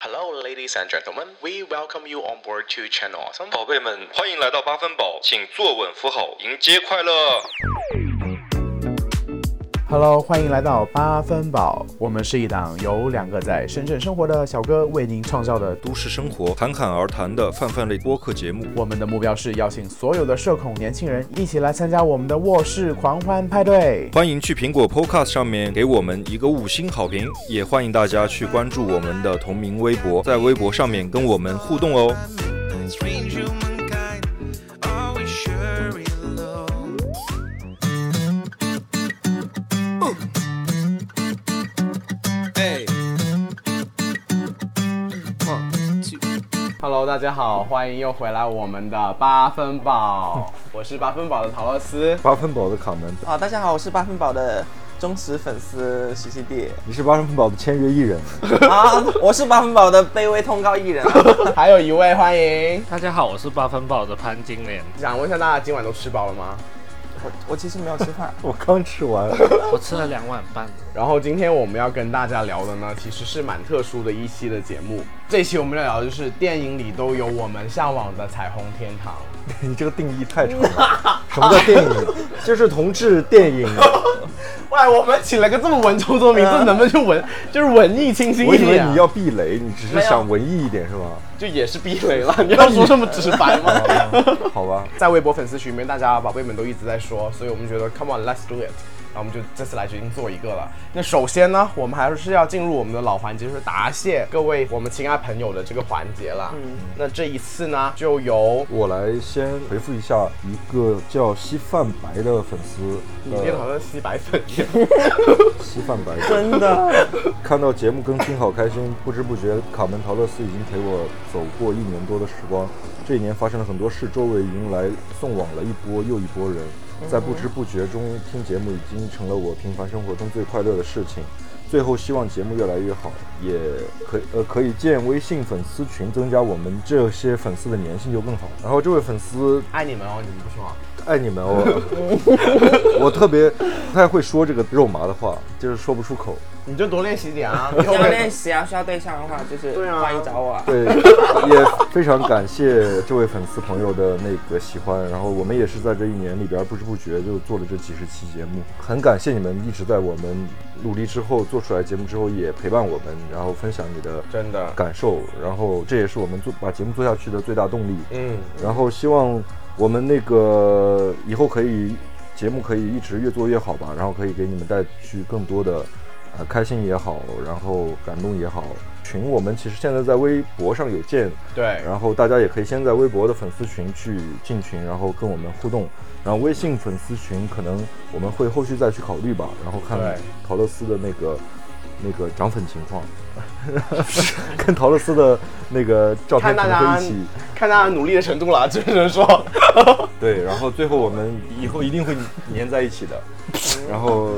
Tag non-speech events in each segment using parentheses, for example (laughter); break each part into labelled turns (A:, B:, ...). A: Hello, ladies and gentlemen. We welcome you on board to Channel Awesome.
B: 宝贝们，欢迎来到八分饱，请坐稳扶好，迎接快乐。
C: Hello，欢迎来到八分饱。我们是一档由两个在深圳生活的小哥为您创造的。
B: 都市生活侃侃而谈的泛泛类播客节目，
C: 我们的目标是邀请所有的社恐年轻人一起来参加我们的卧室狂欢派对。
B: 欢迎去苹果 Podcast 上面给我们一个五星好评，也欢迎大家去关注我们的同名微博，在微博上面跟我们互动哦。
D: strange humankind. Are we sure in love?
C: ，Hello，大家好，欢迎又回来我们的八分
E: (laughs)
C: 饱，我是八分饱的陶乐斯。
E: 八分饱的卡门，
F: 好，啊大家好，我是八分饱的忠实粉丝徐熙娣
E: 你是八分饱的签约艺人，
F: (laughs) 啊，我是八分饱的卑微通告艺人啊。 (laughs)
C: 还有一位，欢迎。
G: 大家好，我是八分饱的潘金莲，
C: 想问一下大家今晚都吃饱了吗？
F: 我我其实没有吃饭，
E: (laughs) 我刚吃完。
G: 我吃了两碗半。
C: 然后今天我们要跟大家聊的呢，其实是蛮特殊的一期的节目。这期我们要聊的就是电影里都有我们向往的彩虹天堂。
E: (laughs) 你这个定义太长了。什么叫电影？ (laughs) 就是同志电 (laughs) 影。
C: 喂，我们起了个这么文绉绉名字，能不能就文就是文艺清新
E: 呃我
C: 一
E: 以为
C: 点、啊？
E: 你要避雷，你只
F: 没
E: 是
F: 有
E: 想文艺一点是吗？
C: 就也是避雷了，你要说这么直
E: (laughs)
C: 白吗？ (laughs)
E: 好吧，
C: 在微博粉丝群里面，大家宝贝们都一直在说，所以我们觉得 come on let's do it。然后我们就这次来决定做一个了。那首先呢，我们还是要进入我们的老环节，就是答谢各位我们亲爱朋友的这个环节了。嗯，那这一次呢，就由
E: 我来先回复一下一个叫稀饭白的粉丝。
C: 你这好像洗白粉一样。
E: 稀饭白
F: 真的，
E: (laughs) 看到节目更新好开心，不知不觉卡门陶乐斯已经陪我走过一年多的时光。这一年发生了很多事，周围迎来送往了一波又一波人，在不知不觉中听节目已经成了我平凡生活中最快乐的事情。最后希望节目越来越好，也可以呃可以建微信粉丝群，增加我们这些粉丝的粘性就更好。然后这位粉丝
C: 爱你们哦，你们不说啊。
E: 爱你们哦，我特别不太会说这个肉麻的话，就是说不出口。
C: 你就 (laughs) 多练习点啊，以后
F: (laughs) 要
C: 可以
F: 练习啊，需要对象的话就是
C: 对啊
F: 欢迎找我啊。
E: 对，也非常感谢这位粉丝朋友的那个喜欢，然后我们也是在这一年里边不知不觉就做了这几十期节目，很感谢你们一直在我们努力之后做出来节目之后也陪伴我们，然后分享你的
C: 真的
E: 感受，然后这也是我们做把节目做下去的最大动力。
C: 嗯，
E: 然后希望我们那个以后可以节目可以一直越做越好吧，然后可以给你们带去更多的呃开心也好，然后感动也好。群我们其实现在在微博上有建，
C: 对，
E: 然后大家也可以先在微博的粉丝群去进群，然后跟我们互动。然后微信粉丝群可能我们会后续再去考虑吧，然后看
C: 对
E: 陶乐斯的那个那个涨粉情况， (laughs) 跟陶乐斯的那个照片
C: 看
E: 可
C: 大
E: 能
C: 家
E: 会一起。
C: 看大家努力的程度了，只能说。 (laughs)
E: 对，然后最后我们以后一定会粘在一起的，然后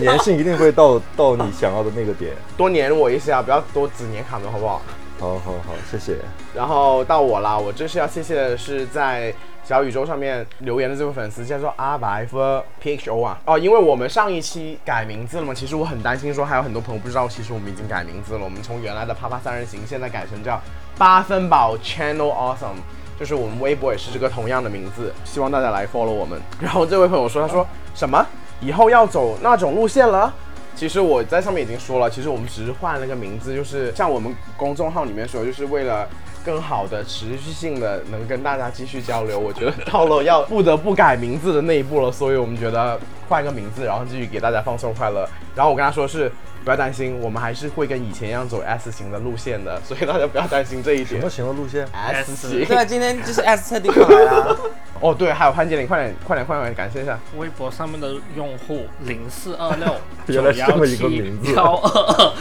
E: 粘性一定会到到你想要的那个点。
C: 多黏我一下，不要多只黏卡门，好不好？
E: 好好好，谢谢。
C: 然后到我啦，我这是要谢谢的是在小宇宙上面留言的这位粉丝，叫做阿白 f p x o 啊哦，因为我们上一期改名字了嘛，其实我很担心说还有很多朋友不知道，其实我们已经改名字了，我们从原来的啪啪三人行现在改成叫八分饱 Channel Awesome。就是我们微博也是这个同样的名字，希望大家来 follow 我们。然后这位朋友说，他说什么以后要走那种路线了？其实我在上面已经说了，其实我们只是换了个名字，就是像我们公众号里面说，就是为了更好的、持续性的能跟大家继续交流。我觉得到了要不得不改名字的那一步了，所以我们觉得换个名字，然后继续给大家放送快乐。然后我跟他说是不要担心，我们还是会跟以前一样走 S 型的路线的，所以大家不要担心这一
E: 什 (laughs)
C: 点哎
E: 么。型的路线？
C: S 型
F: 对，啊今天就是 S 特地过来啊
G: (laughs)
F: 啦。
C: 哦， (laughs) 对，还有潘经理，快点，快点，快点，感谢一下。
G: 微博上面的用户零四二
E: (laughs)
G: 六
E: 原来是这么一个名字
G: 幺二二，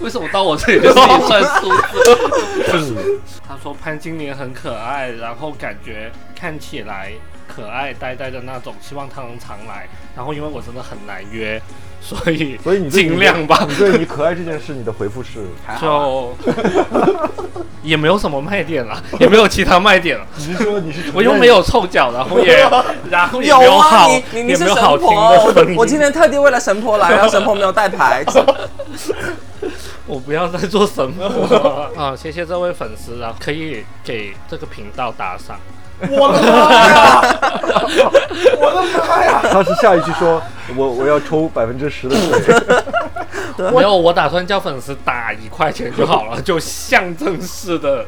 G: 为什么到我这里就是一串数字？
E: 是你。
G: 他说潘金莲很可爱，然后感觉看起来可爱呆呆的那种，希望他能常来。然后因为我真的很难约，所以
E: 所以你对你
G: 尽量吧
E: 你，对你可爱这件事，你的回复是 (laughs)
G: 就也没有什么卖点了，也没有其他卖点了。
E: 你是说你是
G: 我又没有臭脚，然后
F: (laughs)
G: 也然后也没有
F: 啊，
G: 好，
F: 你你你
G: 也
F: 是
G: 没有
F: 神
G: 好听
F: 婆
G: 的声
F: 我
G: 音，。 (laughs)
F: 我今天特地为了神婆来，然后神婆没有带牌，
G: 我不要再做什么了 (laughs) 啊！谢谢这位粉丝，然后可以给这个频道打赏。
C: 我的妈呀！我的妈呀！
E: (laughs) 他是下一句说，我我要抽百分之十的水，
G: 没有，我打算叫粉丝打一块钱就好
F: (laughs)
G: 了，就象征式的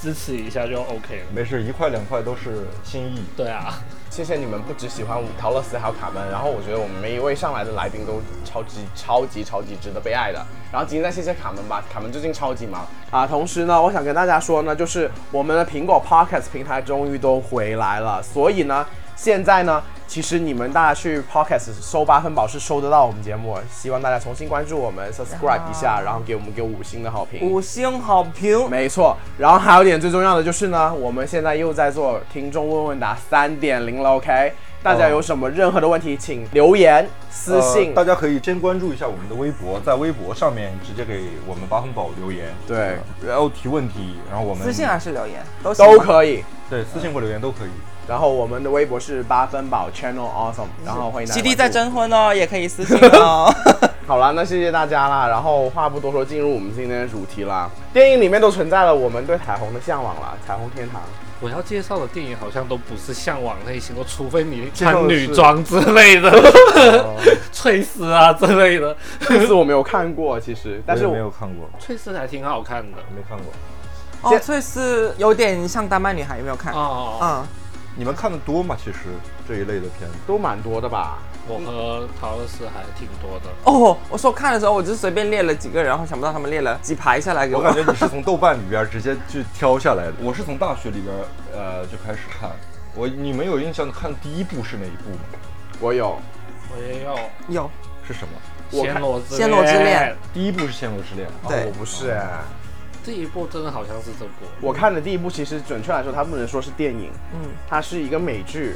G: 支持一下就 OK 了。
E: (laughs) 没事，一块两块都是心意。
G: 对啊，
C: 谢谢你们不只喜欢陶乐斯还有卡门，然后我觉得我们每一位上来的来宾都超级超级超级值得被爱的。然后今天再谢谢卡门吧，卡门最近超级忙啊。同时呢，我想跟大家说呢，就是我们的苹果 Podcast 平台终于都回来了，所以呢，现在呢，其实你们大家去 Podcast 搜八分饱是收得到我们节目，希望大家重新关注我们，subscribe 一下，然后给我们给五星的好评，
F: 五星好评，
C: 没错，然后还有一点最重要的就是呢，我们现在又在做听众问问答三点零了，OK？大家有什么任何的问题，请留言、私信。
E: 呃大家可以先关注一下我们的微博，在微博上面直接给我们八分宝留言，
C: 对，
E: 然后提问题，然后我们
F: 私信还啊是留言都行
C: 都
F: 吗
C: 可以。
E: 对私信或留言都可以。
C: 然后我们的微博是八分饱 Channel Awesome，然后欢迎大家关注。
F: 基地在征婚哦，也可以私信
G: (laughs)
F: 哦。
C: 好啦，那谢谢大家啦。然后话不多说，进入我们今天的主题啦。电影里面都存在了我们对彩虹的向往啦，彩
E: (laughs)
C: 虹天堂。
G: 我要介绍的电影好像都不是向往类型的，除非你
E: 介绍
G: 穿
E: 的
G: 女
E: 是
G: 装之类的， (laughs) 翠丝啊之类的，
C: 这次我没有看过，其实，但是
E: 我
C: 我
E: 也没有看过，
G: 翠丝还挺好看的。
E: 没看过。
F: 哦，这是有点像丹麦女孩，有没有看？
G: 哦，
F: 嗯，
E: 你们看的多吗？其实这一类的片子，
C: 都蛮多的吧。
G: 我和陶乐斯还挺多的。
F: 哦，我说看的时候我就随便列了几个人，然后想不到他们列了几排下来给
E: 我
F: 我。
E: 感觉你是从豆瓣里边儿直接去挑下来的。啊我是从大学里边儿呃就开始看。我你们有印象看第一部是哪一部吗？
C: 我有，哦
G: 我也有《
F: 有
E: 是什么？
C: 我
G: 暹
C: 看
G: 罗之
F: 暹罗之恋
E: 第一部是《暹罗之恋》。哦
F: 对
C: 我不是哎。
G: 这一部真的好像是这部。
C: 我看的第一部，其实准确来说，它不能说是电影，
F: 嗯，
C: 它是一个美剧，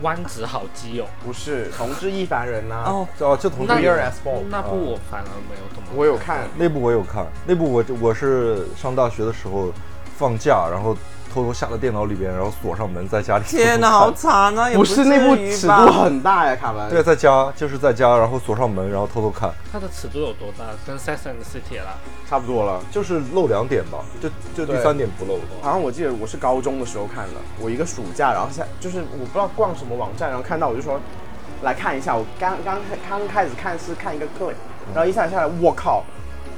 G: 湾子好基友，
C: 不是《同志亦凡人》啊呐。
F: 哦，
E: 哦，就同
G: 那
E: 志
C: We Are As Four，
G: 那部我反而没有怎么。
C: 我有看，
E: 那部我有看，那部我我是上大学的时候放假，然后偷偷下到电脑里边，然后锁上门，在家里。
F: (laughs) 天哪，
E: 哪，
F: 好惨啊！也
C: 不
F: 至
C: 是
F: 于
C: 那部
F: 吧
C: 尺度很大呀，卡门。
E: 对，，在家就是在家，然后锁上门，然后偷偷看，
G: 它的尺度有多大？跟《Sex and the City》啦，
C: 差不多了。
E: 就是漏两点吧，就就第
C: 对
E: 三点不漏。
C: 好像我记得我是高中的时候看的，我一个暑假，然后下就是我不知道逛什么网站，然后看到我就说来看一下。我刚刚刚开始看是看一个 clip，然后一下载下来，我靠，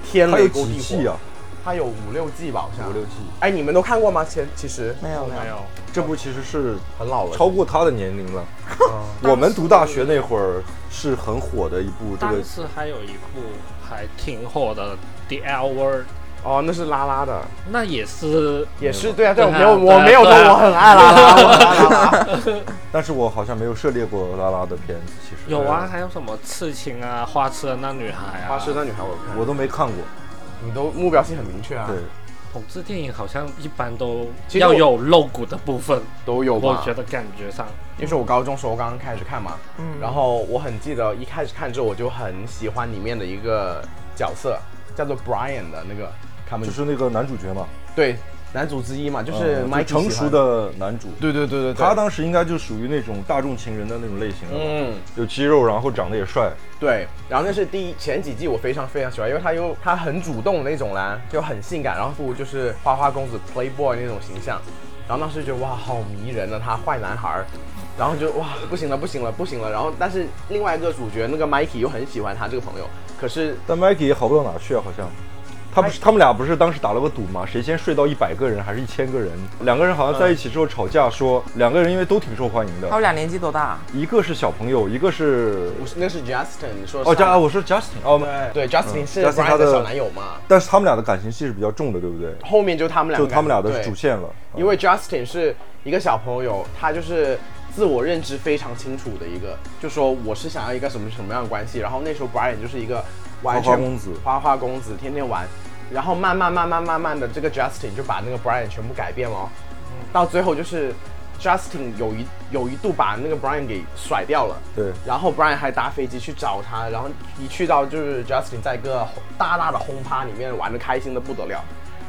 C: 天
E: 它有
C: 雷勾
E: 几
C: 地
E: 季
C: 火！
E: 啊？
C: 它有五六季吧，好像
E: 五六季。
C: 哎，你们都看过吗？其其实
F: 没有没有
G: 没，有。
E: 这部其实是
C: 很老了，嗯
E: 超过他的年龄了。我们读大学那会儿是很火的一部这
G: 当
E: 个，
G: 时还有一部还挺火的《The L Word》，
C: 哦，那是拉拉的。
G: 那也是
C: 也是对啊，对
G: 对
C: 我没
G: 啊
C: 有，
G: 对啊
C: 我没有说
G: 对啊
C: 我很爱拉拉，我很爱拉拉。
E: 但是我好像没有涉猎过拉拉的片子，其实
G: 有啊，，还有什么刺青啊、花痴的那女孩啊。
C: 花痴那女孩我
E: 我
C: 看，
E: 都没看过。
C: 你都目标性很明确啊，
E: 对，
G: 统治电影好像一般都
C: 其实
G: 要
C: 我
G: 有露骨的部分，
C: 都有
G: 我
C: 吧？
G: 觉得感觉上。
C: 因为是我高中时候刚刚开始看嘛，
F: 嗯
C: 然后我很记得一开始看之后我就很喜欢里面的一个角色，叫做 Brian 的那个，他们
E: 就是那个男主角嘛，
C: 对男主之一嘛，就是
E: 嗯就
C: Mike
E: 成
C: 喜
E: 熟，
C: 欢
E: 的男主。
C: 对对对对对，
E: 他当时应该就属于那种大众情人的那种类型了吧，
C: 嗯
E: 有肌肉，然后长得也帅。
C: 对，然后那是第一前几季我非常非常喜欢，因为他又他很主动那种啦，就很性感，然后不就是花花公子 playboy 那种形象，然后当时觉得哇好迷人啊，他坏男孩儿，然后就哇不行了不行了不行了，然后但是另外一个主角那个 Mikey 又很喜欢他这个朋友，可是
E: 但 Maggie 也好不到哪去啊，好像。他不是他们俩不是当时打了个赌嘛，谁先睡到一百个人还是一千个人？两个人好像在一起之后吵架说，两个人因为都挺受欢迎
F: 他
C: 嗯
F: 们
E: 的，
F: 俩年纪多大？
E: 一个是小朋友，一个是
C: 不是那是 Justin 你说
E: 哦
C: 加
E: 加啊，我是 Justin 哦，
C: 对 Justin
E: 嗯
C: 是
E: Justin
C: Brian
E: 他的
C: 的小男友嘛，
E: 但是他们俩的感情戏是比较重的，对不对？
C: 后面就他们俩
E: 就他们俩的
C: 对
E: 主线了，
C: 因为 Justin 是一个小朋友，他就是自我认知非常清楚的一个，就说我是想要一个什么什么样的关系。然后那时候 Brian 就是一个完全
E: 花花公子
C: 花花公子，天天玩。然后慢慢慢慢慢慢的，这个 Justin 就把那个 Brian 全部改变了哦，
G: 嗯
C: 到最后就是 Justin 有一有一度把那个 Brian 给甩掉了。
E: 对，
C: 然后 Brian 还搭飞机去找他，然后一去到就是 Justin 在一个大大的轰趴里面玩的开心的不得了，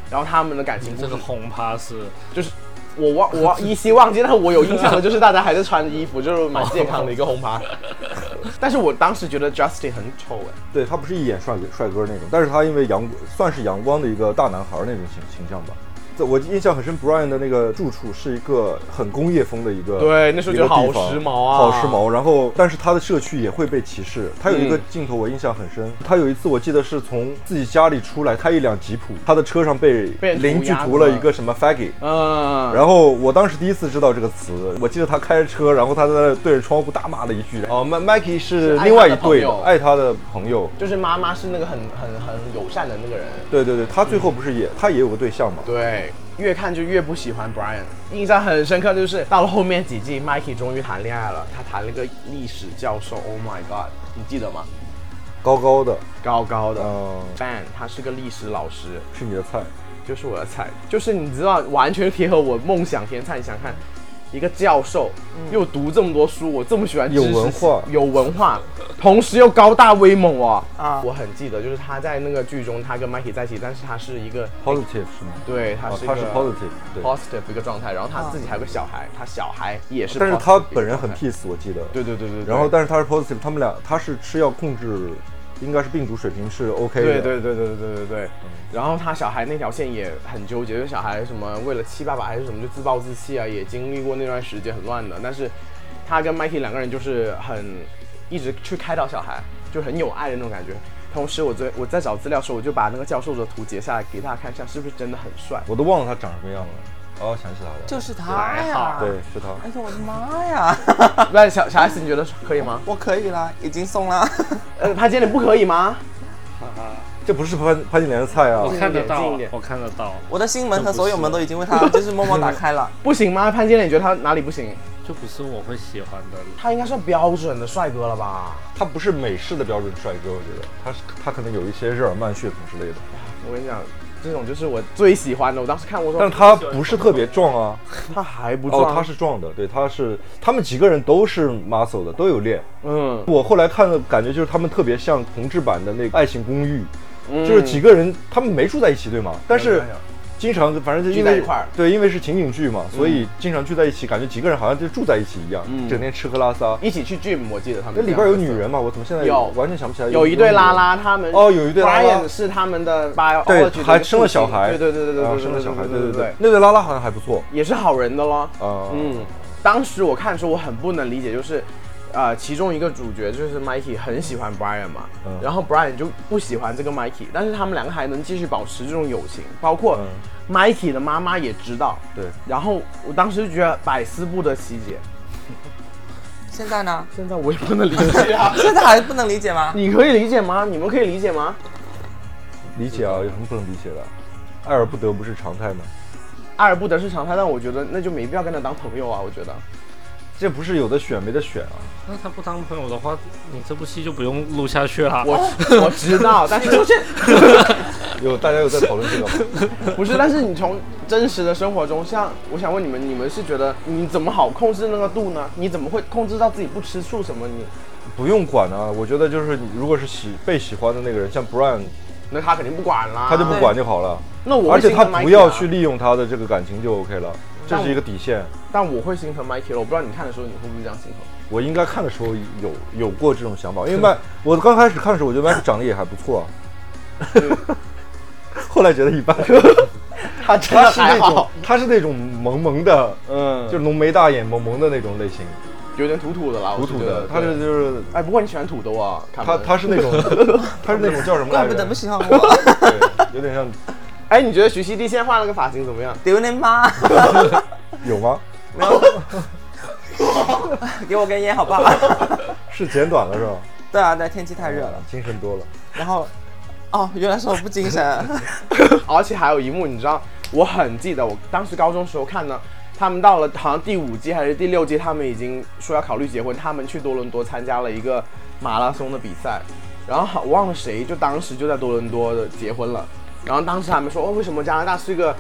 C: 然后他们的感情故
G: 这
C: 事
G: 个轰趴是
C: 就是我 (laughs) 忘我依稀忘记，但是我有印象的就是大家还在穿衣服，就是蛮健康的一个红趴。 (laughs) 但是我当时觉得 Justin 很丑哎，
E: 对他不是一眼帅哥帅哥那种，但是他因为阳算是阳光的一个大男孩那种形形象吧。在我印象很深，Brian 的那个住处是一个很工业风的一个，
C: 对那时候觉得
E: 一个地
C: 好
E: 方
C: 时髦啊
E: 好时髦。然后，但是他的社区也会被歧视。他有一个
C: 嗯
E: 镜头我印象很深，他有一次我记得是从自己家里出来，他一辆吉普，他的车上被
C: 被人
E: 邻
C: 涂
E: 居
C: 鸦
E: 涂
C: 的
E: 了一个什么 faggy，
C: 嗯，
E: 然后我当时第一次知道这个词，我记得他开着车，然后他在那对着窗户大骂了一句。哦，Ma-，Mikey 是另外一队的，爱他的朋友。
C: 就是妈妈是那个很很很友善的那个人，
E: 对对对，他最后不是也、他也有个对象嘛？
C: 嗯对，越看就越不喜欢 Brian。印象很深刻就是到了后面几季，Mikey 终于谈恋爱了，他谈了个历史教授，Oh my god，你记得吗？
E: 高高的，
C: 高高的、
E: 嗯，
C: Ban，他是个历史老师，
E: 是你的菜。
C: 就是我的菜，就是你知道，完全贴合我梦想天菜。你想看，一个教授、又读这么多书，我这么喜欢知识
E: 嗯有文化
C: 有文化，同时又高大威猛哦。
F: 啊
C: 我很记得，就是他在那个剧中，他跟 Mikey 在一起，但是他是一个
E: Positive 是吗？
C: 对，他
E: 哦
C: 是一个、
E: 他是 positive，对
C: positive 一个状态，然后他自己还有个小孩，他小孩也是 positive
E: 但
C: 一
E: 是
C: 个状态，
E: 他本人很 peace，我记得。
C: 对。对对对对，
E: 然后，但是他是 positive，他们俩他是吃药控制，应该是病毒水平是 OK
C: 对
E: 的。
C: 对嗯对对对对对对。然后他小孩那条线也很纠结，就是小孩什么为了气爸爸还是什么就自暴自弃啊，也经历过那段时间很乱的。但是他跟 Mikey 两个人就是很一直去开导小孩，就很有爱的那种感觉。同时我最我在找资料的时候，我就把那个教授的图截下来给大家看一下，是不是真的很帅？
E: 我都忘了他长什么样了。哦，想起来了。
F: 就是他呀。
E: 对，是他。
F: 哎呦我的妈呀！
C: 那小小 S 你觉得可以吗？
F: (laughs) 我可以啦，已经送啦。
C: 呃，潘经理不可以吗？
E: 这不是潘潘金莲的菜啊
G: 我！哦看得
C: 近一
G: 到
C: 点，
G: 我看得到，
F: (laughs) 我的心门和所有门都已经为他就是默默打开了。
C: 不行吗？潘经理你觉得他哪里不行？
G: 就不是我会喜欢的。
C: 他应该算标准的帅哥了吧？
E: 他不是美式的标准帅哥，我觉得他是他可能有一些日耳曼血统之类的，
C: 我跟你讲，这种就是我最喜欢的。我当时看我说
E: 但，他不是特别壮啊。
C: 他还不
E: 哦
C: 壮，，
E: 他是壮的，对，他是他们几个人都是 muscle 的，都有练。
C: 嗯，
E: 我后来看的感觉就是他们特别像同志版的那个《爱情公寓》就是几个人他们没住在一起，对吗？但是
C: 嗯没有
E: 经常反正就因
C: 聚在
E: 为
C: 一块儿嗯
E: 对，因为是情景剧嘛，所以经常聚在一起，感觉几个人好像就住在一起一样，整天吃喝拉撒。
C: 一起去 gym，我记得他们
E: 那里边有女人吗？我怎么现在
C: 有
E: 完全想不起来？
C: 有一
E: 女
C: 对
E: 人
C: 拉拉，他们
E: 哦有一对拉拉
C: Brian 是他们的 bio，
E: 对，还生了小孩，
C: 对对对对对
E: 啊
C: 对，
E: 生了小孩，
C: 对
E: 对对
C: 对
E: 对，，那对拉拉好像还不错
C: 也是好人的咯。
E: 啊，嗯，
C: 嗯，当时我看的时候，我很不能理解，就是，呃，其中一个主角就是 Mikey 很喜欢 Brian 嘛，
E: 嗯
C: 然后 Brian 就不喜欢这个 Mikey，但是他们两个还能继续保持这种友情，包括
E: 嗯
C: Mikey 的妈妈也知道，
E: 对，
C: 然后我当时就觉得百思不得其解，
F: 现在呢？
C: 现在我也 (laughs) 不能理解啊，
F: 现在还不能理解吗？
C: 你可以理解吗？你们可以理解吗？
E: 理解啊，有什么不能理解的？爱而不得不是常态吗？
C: 爱而不得是常态，但我觉得那就没必要跟他当朋友啊，我觉得。
E: 这不是有的选没得选啊，
G: 那他不当朋友的话，你这部戏就不用录下去了。
E: 哦
C: 我我
E: (laughs)
C: 知道，但是就是
E: 有大家有在讨论这个吗？
C: (laughs) 不是？但是你从真实的生活中，像我想问你们，你们是觉得你怎么好控制那个度呢？你怎么会控制到自己不吃醋什么？你
E: 不用管啊，我觉得就是你如果是喜被喜欢的那个人，像 Brian，
C: 那他肯定不管啦，
E: 他就不管就好了，
C: 那啊我会
E: 而且
C: 心
E: 他
C: 疼 Mikey
E: 不要
C: 啊
E: 去，利用他的这个感情就 OK 了，这是一个底线。
C: 但我会心疼 Mikey 了。我不知道你看的时候你会不会这样心疼？
E: 我应该看的时候有有过这种想法，因为麦，我刚开始看的时候，我觉得麦克长得也还不错啊，啊
C: (laughs)
E: 后来觉得一般。
C: 他真
E: 他
C: 的
E: 是那
C: (laughs) 还
E: 种
C: 好，
E: 他是那种萌萌的，
C: 嗯，
E: 就浓眉大眼、萌萌的那种类型，
C: 有点土土的啦，
E: 土土的。他
C: 他
E: 是就是
C: 哎，不过你喜欢土的哇，看
E: 他
C: 门
E: 他是那 (laughs) 种他是那种叫什么
F: 怪
E: 来
F: 不得
E: 着
F: 不？喜欢我， (laughs)
E: 对，有点 (laughs) 像
C: 哎，你觉得徐熙娣现在换了个发型怎么样？
F: 丢人吗？
E: 有吗？
F: (laughs) 给我根烟好不 (laughs) 好？
E: 是剪短了是吧？
F: 对啊，对，天气太热了
E: 啊。精神多了。
F: 然后，哦，原来是我不精神。
C: (laughs) 而且还有一幕，你知道，我很记得，我当时高中时候看呢，他们到了好像第五季还是第六季，他们已经说要考虑结婚，他们去多伦多参加了一个马拉松的比赛，然后好忘了谁就当时就在多伦多的结婚了，然后当时他们说，哦，为什么加拿大是一个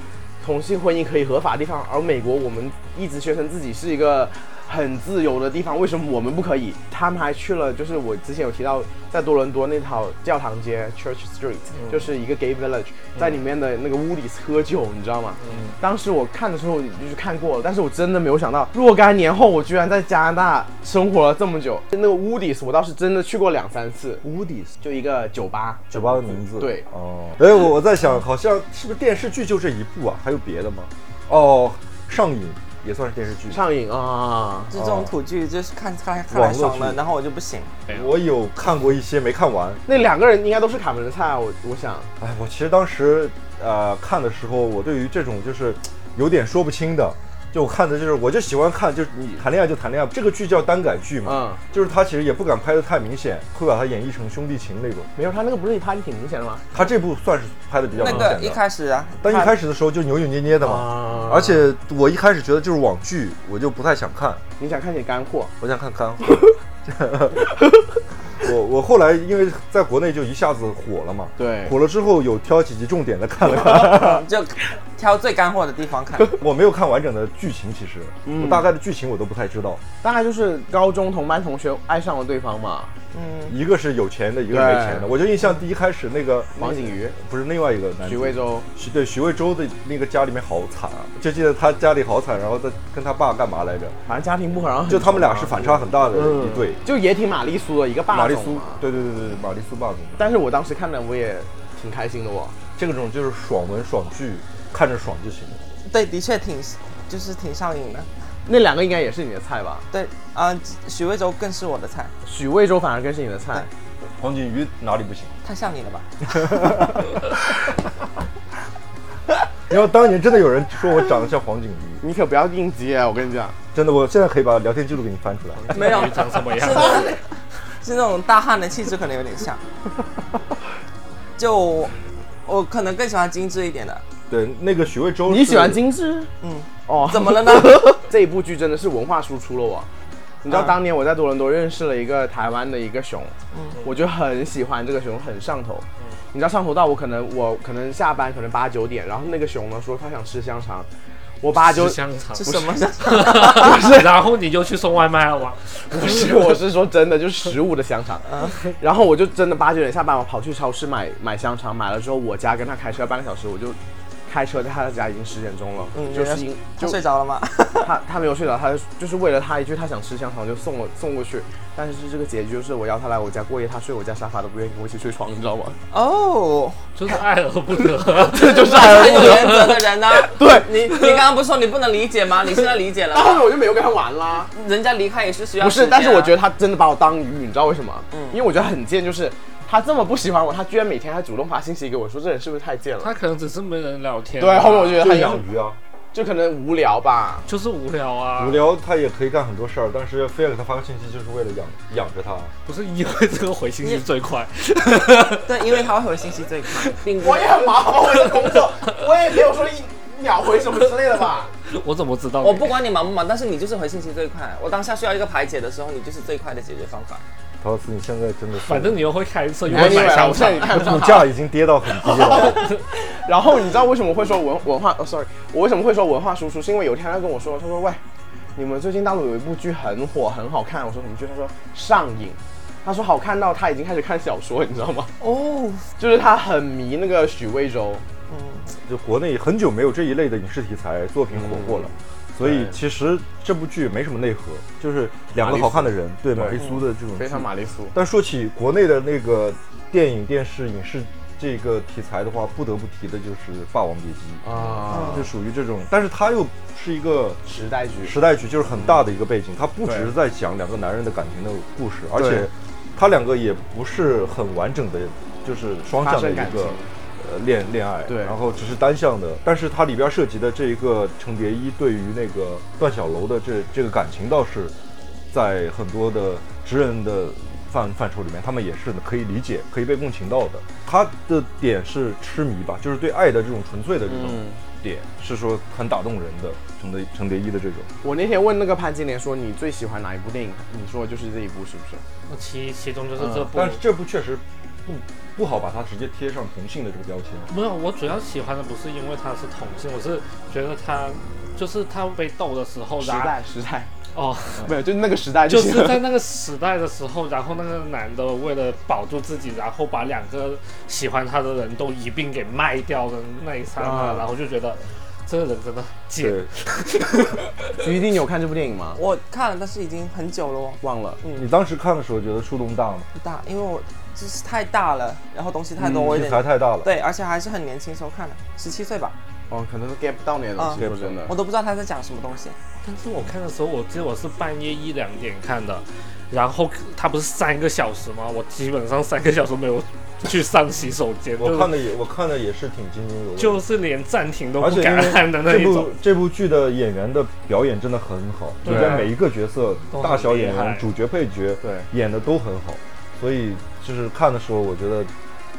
C: 同性婚姻可以合法的地方，而美国我们一直宣称自己是一个。很自由的地方，为什么我们不可以？他们还去了，就是我之前有提到，在多伦多那条教堂街 （Church Street），、就是一个 gay village，在里面的那个屋里喝酒，你知道吗？当时我看的时候就是看过了，但是我真的没有想到，若干年后我居然在加拿大生活了这么久。那个 Woodies 我倒是真的去过两三次，
E: Woodies
C: 就一个酒吧，
E: 酒吧的名字。
C: 对
E: 哦。哎，我我在想，好像是不是电视剧就这一部啊？还有别的吗？哦，上瘾也算是电视剧。
C: 上瘾啊，
F: (laughs) 就这种土剧，就是看看看
E: 网
F: 来
E: 络
F: 爽了，
E: 剧
F: 然后我就不行。
E: 我有看过一些没看完。
C: 那两个人应该都是卡门的菜啊，我我想。
E: 哎，我其实当时呃看的时候，我对于这种就是有点说不清的，就我看的就是我就喜欢看，就是你谈恋爱就谈恋爱，这个剧叫单改剧嘛，
C: 嗯
E: 就是他其实也不敢拍的太明显，会把它演绎成兄弟情那种。
C: 没有，他那个不是拍的挺明显的吗？
E: 他这部算是拍的比较
F: 那
E: 明显
F: 个
E: 的，
F: 一开始啊，
E: 但一
F: 他
E: 开始的时候就扭扭捏捏的嘛，
C: 啊
E: 而且我一开始觉得就是网剧，我就不太想看，
C: 你想看点干货？
E: 我想看干货。 (laughs) 我我后来因为在国内就一下子火了嘛，
C: 对
E: 火了之后有挑几集重点的看了看。
F: 就挑最干货的
C: (laughs)
F: 地方看。
E: 我没有看完整的剧情，其实、
C: 嗯
E: 我大概的剧情我都不太知道。
C: 大概就是高中同班同学爱上了对方嘛。
E: 一个是有钱的，一个是没钱的。我就印象第一开始那个
C: 王景瑜，
E: 不是另外一个男主
C: 徐魏洲，
E: 徐对徐魏洲的那个家里面好惨啊，就记得他家里好惨，然后他跟他爸干嘛来着？
C: 反正家庭不和，然后很
E: 就他们俩是反差很大的
C: 嗯
E: 一对，
C: 就也挺玛丽苏的一个霸
E: 玛丽
C: 总啊
E: 苏
C: 嘛，
E: 对对对对，对玛丽苏霸总。
C: 但是我当时看了，我也挺开心的我。
E: 这个种就是爽文爽剧，看着爽就行了。
F: 对，的确挺，就是挺上瘾的。
C: 那两个应该也是你的菜吧？
F: 对，啊、许魏洲更是我的菜，
C: 许魏洲反而更是你的菜。
E: 黄景瑜哪里不行？
F: 太像你了吧？
E: 然后当年真的有人说我长得像黄景瑜，
C: 你可不要应激啊！我跟你讲，
E: 真的，我现在可以把聊天记录给你翻出来。
F: (laughs) 没有，
G: 长什么样
F: 是？那种 (laughs) 是那种大汉的气质，可能有
C: (laughs)
F: 点像。就我可能更喜欢精致一点的。
E: 对，那个许魏洲，
C: 你喜欢精致？
F: 嗯，
C: 哦，
F: (laughs) 怎么了呢？
C: (laughs) 这一部剧真的是文化输出了我。你知道
F: 啊
C: 当年我在多伦多认识了一个台湾的一个熊，我就很喜欢这个熊，很上头。你知道上头到我可能我可能下班可能八九点，然后那个熊呢说他想吃香肠，我八九
G: 吃香肠
F: 是什么？
G: 不是然后你就去送外卖了哇？
C: (laughs) 不是，我是说真的，就是食物的
F: (laughs)
C: 香肠。然后我就真的八九点下班，我跑去超市买买香肠，买了之后我家跟他开车半个小时，我就开车在他的家已经十点钟了，
F: 嗯，
C: 就是
F: 原
C: 因
F: 来他
C: 就
F: 睡着
C: (laughs)
F: 了吗？
C: 他他没有睡着，他就是为了他一句他想吃香肠就送我送过去，但是这个结局就是我邀他来我家过夜，他睡我家沙发都不愿意跟我一起睡床，你知
F: (laughs)
C: 道吗？ (laughs)
F: 哦，
G: 就是爱而不得。
C: 这就是爱
F: 他
C: 而
F: 是
C: 不得。
F: 有原则的人呢、
C: (laughs) 对
F: 你你刚刚不是说你不能理解吗？你现在理解了
C: 到 (laughs) 后面
F: 吗？
C: 我就没有跟他玩啦。
F: 人家离开也是需要、啊
C: 不是，但是我觉得
F: 得，
C: 他真的把我当鱼，你知道为什么？
F: 嗯
C: 因为我觉得很贱，就是他这么不喜欢我，他居然每天还主动发信息给我说这人是不是太贱了？
G: 他可能只是没人聊天。
C: 对，后面我觉得他
E: 就
C: 也
E: 养
C: 是
E: 鱼啊，
C: 就可能无聊吧。
G: 就是无聊啊，
E: 无聊他也可以干很多事儿，但是非要给他发个信息，就是为了养养着他。
G: 不是因为这个回信息最快，
F: 对，因为他会回信息最快，并
C: (laughs)
F: 不
C: 我也很忙，我的工 (laughs) 作，我也没有说一秒回什么之类的吧。
G: (laughs) 我怎么知道？
F: 我不管你忙不忙，但是你就是回信息最快。我当下需要一个排解的时候，你就是最快的解决方法。
E: 陶老师，你现在真的是，
G: 反正你又会开车，又
C: 哎
G: 会
C: 你
G: 买
C: 我
G: 香
C: 们现在
G: 肠
C: 也。看不上
E: 股
C: 他
E: 价已经跌到很低了。
C: 然后你知道为什么会说文文化？哦，sorry，我为什么会说文化输出？是因为有一天他跟我说，他说喂，你们最近大陆有一部剧很火，很好看。我说什么剧？他说上瘾。他说好看到他已经开始看小说，你知道吗？
F: 哦，
C: 就是他很迷那个许魏洲。
E: 就国内很久没有这一类的影视题材作品火过了。所以其实这部剧没什么内核，就是两个好看的人，对玛丽苏的这种
C: 嗯非常
E: 剧
C: 玛丽苏。
E: 但说起国内的那个电影、电视、影视这个题材的话，不得不提的就是《霸王别姬》
C: 啊
E: 就属于这种，但是它又是一个
C: 时代剧，
E: 时代剧，就是很大的一个背景，它不只
C: 对
E: 是在讲两个男人的感情的故事，而
C: 对
E: 且它两个也不是很完整的，就是双向的
C: 发生
E: 一
C: 感
E: 个
C: 情。
E: 呃，恋恋爱，
C: 对
E: 然后只是单向的，但是它里边涉及的这一个程蝶衣对于那个段小楼的这这个感情倒是在很多的职人的范范畴里面，他们也是可以理解、可以被共情到的。他的点是痴迷吧，就是对爱的这种纯粹的这种
C: 嗯
E: 点，是说很打动人的程蝶程蝶衣的这种。
C: 我那天问那个潘金莲说你最喜欢哪一部电影？你说就是这一部是不是？
G: 其其中嗯就是这部。
E: 但是这部确实不不好把它直接贴上同性的这个标签。
G: 没有，我主要喜欢的不是因为他是同性，我是觉得他就是他被逗的时候
C: 时
G: 拉
C: 代时代
E: (laughs)
G: 哦，
C: 没有，就那个时代
G: 就是是在那个时代的时候，然后那个男的为了保住自己，然后把两个喜欢他的人都一并给卖掉的那一刹那，
C: 啊
G: 然后就觉得这个人真的贱。
E: 对，
C: 于定有看这部电影吗？
F: 我看了，但是已经很久了哦，
C: 忘了，
E: 嗯你当时看的时候觉得触动大吗？
F: 不大，因为我就是太大了，然后东西太多，我有
E: 嗯题材
F: 点
E: 太大了。
F: 对，而且还是很年轻时候看的，十七岁吧，
C: 哦，可能是 get 不到你的东西，
E: 啊
C: 说真的
F: 我。都不知道他在讲什么东西。
G: 但是我看的时候，我记得我是半夜一两点看的，然后他不是三个小时吗？我基本上三个小时没有去上洗手间，
E: 我看的
G: 的
E: 也我看的也是挺津津有味的，
G: 就是连暂停都
E: 而
G: 不
E: 且
G: 敢
E: 因为
G: 按的那
E: 这
G: 一种
E: 部。这部剧的演员的表演真的很好，里
G: 对
E: 边每一个角色
G: 都很
E: 大小演
G: 厉害
E: 员、主角、配角，
C: 对
E: 演的都很好，所以就是看的时候，我觉得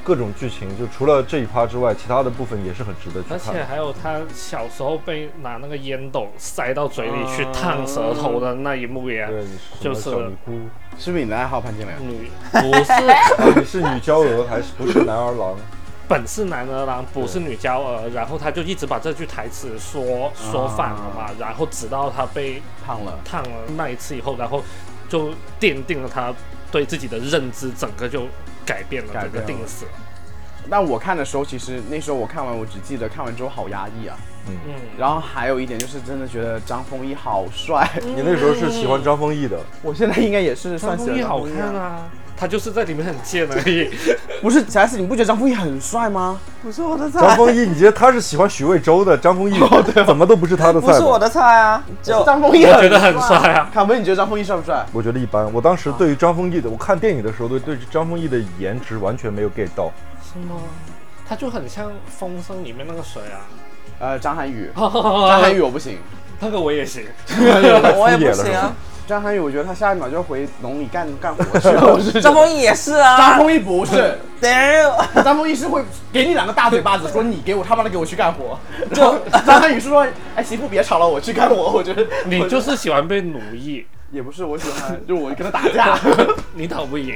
E: 各种剧情就除了这一趴之外，其他的部分也是很值得去
G: 而
E: 看
G: 且
E: 的。
G: 还有他小时候被拿那个烟斗塞到嘴里去烫舌头的那一幕也
E: 对，你是
G: 就
E: 什
G: 是
E: 么小尼姑，
C: 是不是你的爱好潘金莲？
G: 女不是
E: 啊你是女娇娥还是不是男儿郎？
G: 本是男儿郎，不是女娇娥，然后他就一直把这句台词说说反了嘛，然后直到他被
C: 胖了，
G: 烫了那一次以后，然后就奠定了他对自己的认知，整个就改变了
C: 改
G: 这个
C: 变了
G: 定死。
C: 但我看的时候，其实那时候我看完，我只记得看完之后好压抑啊。
G: 嗯，
C: 然后还有一点就是，真的觉得张丰毅好帅，
E: 你那时候是喜欢张丰毅的，
C: 我现在应该也是算
G: 张
C: 喜欢
G: 丰毅
C: 张
G: 好
C: 丰毅
G: 看啊，他就是在里面很贱啊而已。
C: 不是，小 S，你不觉得张丰毅很帅吗？
F: 不是我的菜，
E: 张丰毅，你觉得他是喜欢许魏洲的？张丰
C: (laughs)
E: 毅
C: 哦
E: 怎么都不是他的菜
F: 不
E: 吧？
F: 是我的菜啊，就
C: 张丰毅
G: 我觉得很帅
C: (laughs)
G: 啊。
C: 卡门，你觉得张丰毅帅不帅？
E: 我觉得一般。我当时对于张丰毅的，我看电影的时候对对张丰毅的颜值完全没有 get 到。
G: 是吗？他就很像《风声》里面那个谁啊？
C: 呃，张涵
G: (laughs)
C: 予，张
G: 张
C: 涵予我不行，
G: 那个我也行。
F: 我也
E: 野
F: 不
E: 了
F: 行
E: 是
F: 啊
E: 吧，
C: 张涵予我觉得他下一秒就回农里干干活去
G: (laughs)
C: 了。我是觉得
F: 张丰毅也是
C: 张
F: 啊，
C: 丰毅不是，
F: damn，
C: (laughs) 张丰毅是会给你两个大嘴巴子，说你给我他妈的给我去干活。然后张涵予是说，哎媳妇别吵了，我去干活。我觉得
G: 你就是喜欢被奴 (laughs) 役，
C: 也不是我喜欢， (laughs) 就是我跟他打
E: (laughs)
C: 架。
G: 你打不赢。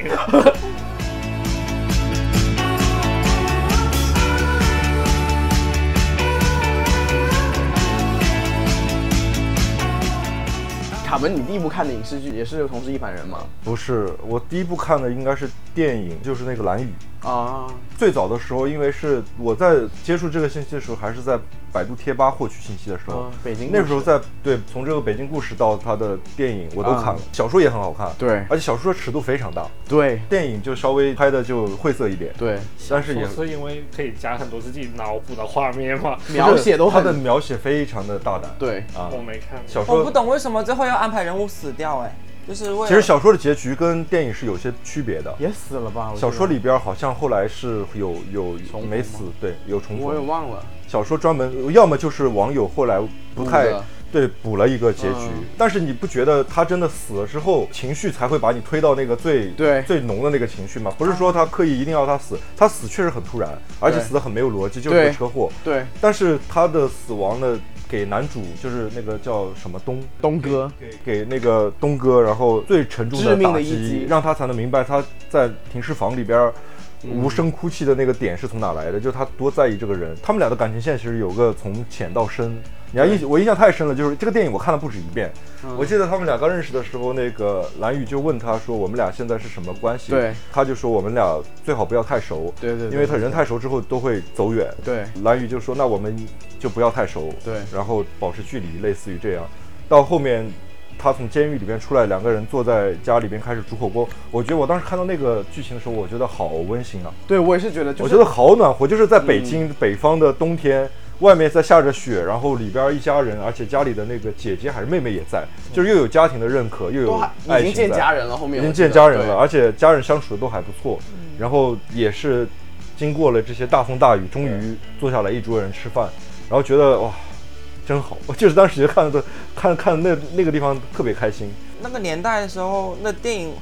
C: 卡门，你第一部看的影视剧也是同是一凡人吗？
E: 不是，我第一部看的应该是电影，就是那个《蓝雨》。
C: 啊，
E: 最早的时候，因为是我在接触这个信息的时候，还是在百度贴吧获取信息的时候。
C: 啊北京故事
E: 那时候在对从这个北京故事到他的电影，我都看了，
C: 啊
E: 小说也很好看。
C: 对
E: 而且小说的尺度非常大，
C: 对
E: 电影就稍微拍的就晦涩一点。，
C: 对，
E: 但是也
G: 总是因为可以加很多自己脑补的画面嘛。
C: 描写都
E: 他的
C: 很
E: 描写非常的大胆。
C: 对。嗯
E: 啊
G: 我，没看，
E: 小说
F: 我不懂为什么最后要安排人物死掉，哎，就是为了
E: 其实小说的结局跟电影是有些区别的。
C: 也死了吧？我记得
E: 小说里边好像后来是有有
C: 重逢
E: 没
C: 吗
E: 死，对，有重
C: 我也
E: 逢。
C: 忘了，
E: 小说专门要么就是网友后来不太
C: 补的
E: 对补了一个结局
C: 嗯，
E: 但是你不觉得他真的死了之后，情绪才会把你推到那个最
C: 对
E: 最浓的那个情绪吗？不是说他刻意一定要他死，他死确实很突然，而且
C: 对
E: 死的很没有逻辑，就是个
C: 对
E: 车祸。
C: 对，
E: 但是他的死亡呢，给男主就是那个叫什么东
C: 东哥
E: 给那个东哥，然后最沉重
C: 致命
E: 打
C: 的一
E: 击
C: 击，
E: 让他才能明白他在停尸房里边儿无声哭泣的那个点是从哪来的，就他多在意这个人。他们俩的感情线其实有个从浅到深。你还印我印象太深了，就是这个电影我看了不止一遍。
C: 嗯
E: 我记得他们俩刚认识的时候，那个蓝宇就问他说：“我们俩现在是什么关系？”
C: 对，
E: 他就说我们俩最好不要太熟。
C: 对对对
E: 因为他人太熟之后都会走远。
C: 对
E: 蓝宇就说：“那我们就不要太熟。”
C: 对
E: 然后保持距离，类似于这样。到后面，他从监狱里边出来，两个人坐在家里边开始煮火锅。我觉得我当时看到那个剧情的时候，我觉得好温馨啊，
C: 对我也是觉得，就是嗯
E: 我觉得好暖和，就是在北京、北方的冬天。外面在下着雪，然后里边一家人，而且家里的那个姐姐还是妹妹也在，就是又有家庭的认可，又有
C: 嗯都还
E: 爱
C: 已
E: 情
C: 经见
E: 在
C: 家人了，后面
E: 已
C: 我
E: 经
C: 记得
E: 见家人
C: 对
E: 了，而且家人相处的都还不错，然后也是经过了这些大风大雨，终于坐下来一桌人吃饭，然后觉得哇，真好！我就是当时觉得看的 (laughs) 看看那那个地方特别开心，
F: 那个年代的时候，那电影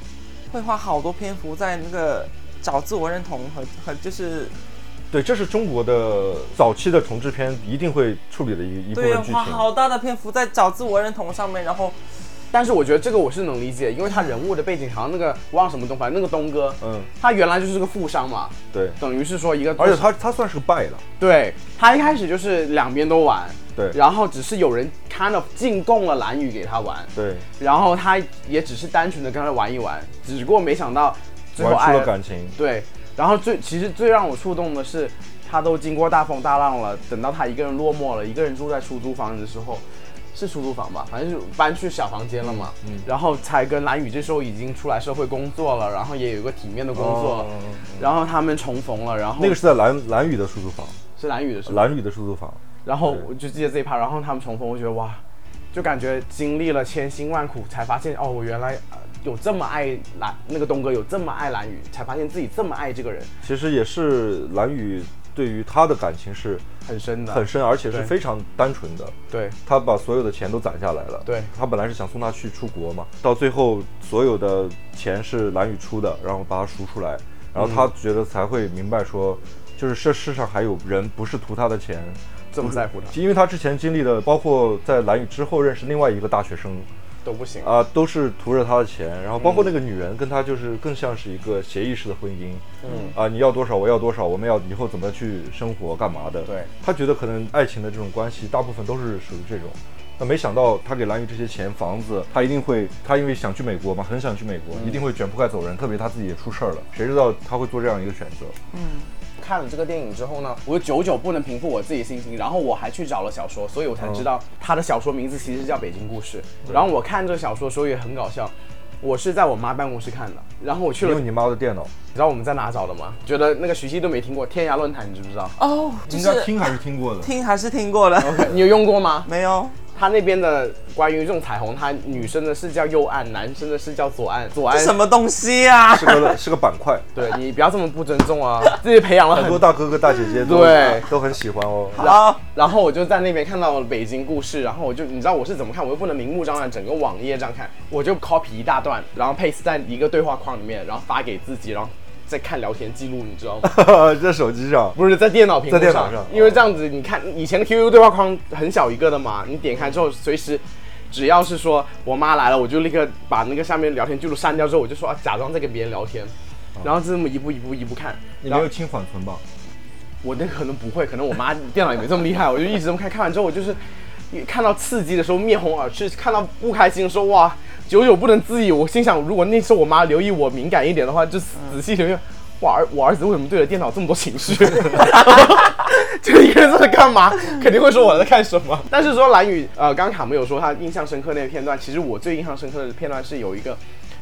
F: 会花好多篇幅在那个找自我认同和和就是
E: 对，这是中国的早期的重制片一定会处理的一一部
F: 对啊
E: 分剧
F: 花
E: 情，
F: 好大的篇幅在找自我认同上面，然后
C: 但是我觉得这个我是能理解，因为他人物的背景好像那个忘了什么东，反正那个东哥，
E: 嗯，
C: 他原来就是个富商嘛，
E: 对，
C: 等于是说一个，
E: 而且他他算是个败了，
C: 对他一开始就是两边都玩，
E: 对
C: 然后只是有人 kind of 进贡了蓝雨给他玩，
E: 对，
C: 然后他也只是单纯的跟他玩一玩，只不过没想到最后
E: 玩
C: 爱
E: 出了感情，
C: 对，然后最其实最让我触动的是，他都经过大风大浪了，等到他一个人落寞了，一个人住在出租房的时候，是出租房吧，反正是搬去小房间了嘛，
E: 嗯
C: 然后才跟蓝宇这时候已经出来社会工作了，然后也有一个体面的工作，
E: 哦
C: 然后他们重逢了，然后
E: 那个是在蓝蓝宇的出租房，
C: 是蓝宇的时候，
E: 蓝宇的出租房，
C: 然后我就记得这一趴，然后他们重逢，我觉得哇，就感觉经历了千辛万苦，才发现哦，我原来、呃有这么爱蓝那个东哥，有这么爱蓝宇，才发现自己这么爱这个人，
E: 其实也是蓝宇对于他的感情是
C: 很深的，
E: 很深，而且是
C: 对
E: 非常单纯的。
C: 对。
E: 他把所有的钱都攒下来了。
C: 对
E: 他本来是想送他去出国嘛，到最后所有的钱是蓝宇出的，然后把他赎出来，然后他觉得才会明白说，就是这世上还有人不是图他的钱，
C: 这么在乎他
E: 因为他之前经历的，包括在蓝宇之后认识另外一个大学生
C: 都不行。
E: 啊、都是图着他的钱，然后包括那个女人跟他就是更像是一个协议式的婚姻。
C: 嗯，
E: 啊，你要多少，我要多少，我们要以后怎么去生活，干嘛的？
C: 对，
E: 他觉得可能爱情的这种关系，大部分都是属于这种。那没想到他给蓝宇这些钱、房子，他一定会，他因为想去美国嘛，很想去美国，
C: 嗯
E: 一定会卷铺盖走人。特别他自己也出事儿了，谁知道他会做这样一个选择？
C: 看了这个电影之后呢，我久久不能平复我自己心情，然后我还去找了小说，所以我才知道他的小说名字其实叫《北京故事》。然后我看这个小说的时候也很搞笑，我是在我妈办公室看的，然后我去了，
E: 用
C: 你
E: 你妈的电脑，
C: 知道我们在哪找的吗？觉得那个徐熙都没听过天涯论坛，你知不知道
F: 哦，就
E: 应该
F: 是
E: 听哦还是听过的。
F: 听还是听过的，
C: ？OK，你有用过吗？
F: 没有。
C: 他那边的关于这种彩虹，它女生的是叫右岸，男生的是叫左岸，左
F: 这
C: 岸
F: 什。么东西啊？
E: 是个是个板
C: (laughs)
E: 块，
C: 对你不要这么不尊重啊！ (laughs) 自己培养了
E: 很
C: 很
E: 多大哥哥大姐姐都
C: 对
E: 都很喜欢
C: (laughs)
E: 哦。
F: 好，
C: 然后我就在那边看到了北京故事，然后我就你知道我是怎么看，我又不能明目张胆整个网页这样看，我就 copy 一大段，然后 paste 在一个对话框里面，然后发给自己，然后再看聊天记录，你知道吗？
E: 在手机上，
C: 不是在电脑屏幕
E: 在电脑上
C: 因为这样子你看以前的 QQ 对话框很小一个的嘛，你点开之后随时。只要是说我妈来了，我就立刻把那个下面聊天记录删掉，之后我就说、啊、假装在跟别人聊天，然后这么一步一步一步看。
E: 你
C: 然
E: 没
C: 后
E: 有清缓存吧？
C: 我那可能不会，可能我妈电脑也没这么厉害，我就一直这么看。看完之后，我就是 (laughs) 看到刺激的时候面红耳赤，看到不开心的时候哇，久久不能自已。我心想，如果那时候我妈留意我敏感一点的话，就仔细留意。我儿我儿子为什么对着电脑这么多情绪？ (laughs) 就一个人在这干嘛？肯定会说我在干什么。但是说蓝宇，呃，刚刚卡没有说他印象深刻那个片段，其实我最印象深刻的片段是有一个。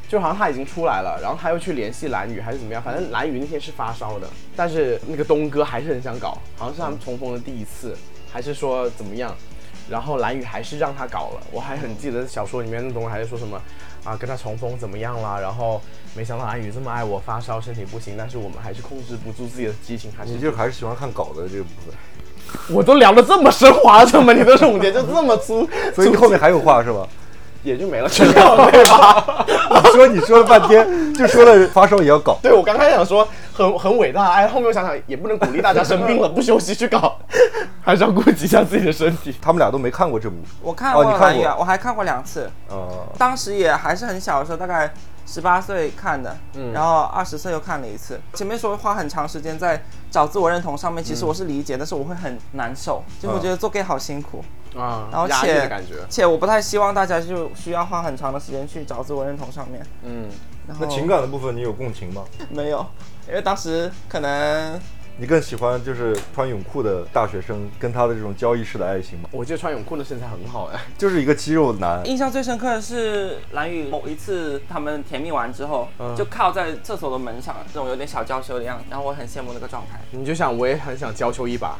C: 就好像他已经出来了，然后他又去联系蓝宇还是怎么样，反正蓝宇那天是发烧的，但是那个东哥还是很想搞，好像是他们重逢的第一次，还是说怎么样？然后蓝宇还是让他搞了，我还很记得小说里面那东西还是说什么啊，跟他重逢怎么样啦？然后没想到蓝宇这么爱我，发烧身体不行，但是我们还是控制不住自己的激情，还是
E: 你就还是喜欢看稿的这个部分，
C: 我都聊的这么升华，怎么你的总结就这么粗？
E: (laughs) 所以
C: (laughs)
E: 你后面还有话是 (laughs) 吧？
C: 也就没了，知道对吧？
E: 你说你说了半天，就说了发烧也要搞，
C: (laughs) 对，我刚开始想说很很伟大，哎，后面我想想也不能鼓励大家生病了不休息去搞， (laughs) 还是要顾及一下自己的身体。
E: 他们俩都没看过这部。
F: 我看
E: 哦
F: 过
E: 你
F: 《
E: 看
F: 蓝宇》
E: 过
F: 啊，我还看过两次，
E: 呃，
F: 当时也还是很小的时候，大概十八岁看的，
E: 嗯
F: 然后二十岁又看了一次。前面说花很长时间在找自我认同上面，
E: 嗯
F: 其实我是理解，但是我会很难受，就
E: 哦
F: 我觉得做 gay 好辛苦，
C: 啊，
F: 然后
C: 压抑
F: 且
C: 的感觉，
F: 且我不太希望大家就需要花很长的时间去找自我认同上面。
C: 嗯，
F: 然后
E: 那情感的部分你有共情吗？
F: 没有，因为当时可能
E: 你更喜欢就是穿泳裤的大学生跟他的这种交易式的爱情吗？
C: 我记得穿泳裤的身材很好哎，
E: 就是一个肌肉男，
F: 印象最深刻的是蓝宇某一次他们甜蜜完之后，就靠在厕所的门上，这种有点小娇羞的样子，然后我很羡慕那个状态。
C: 你就想我也很想娇羞一把，！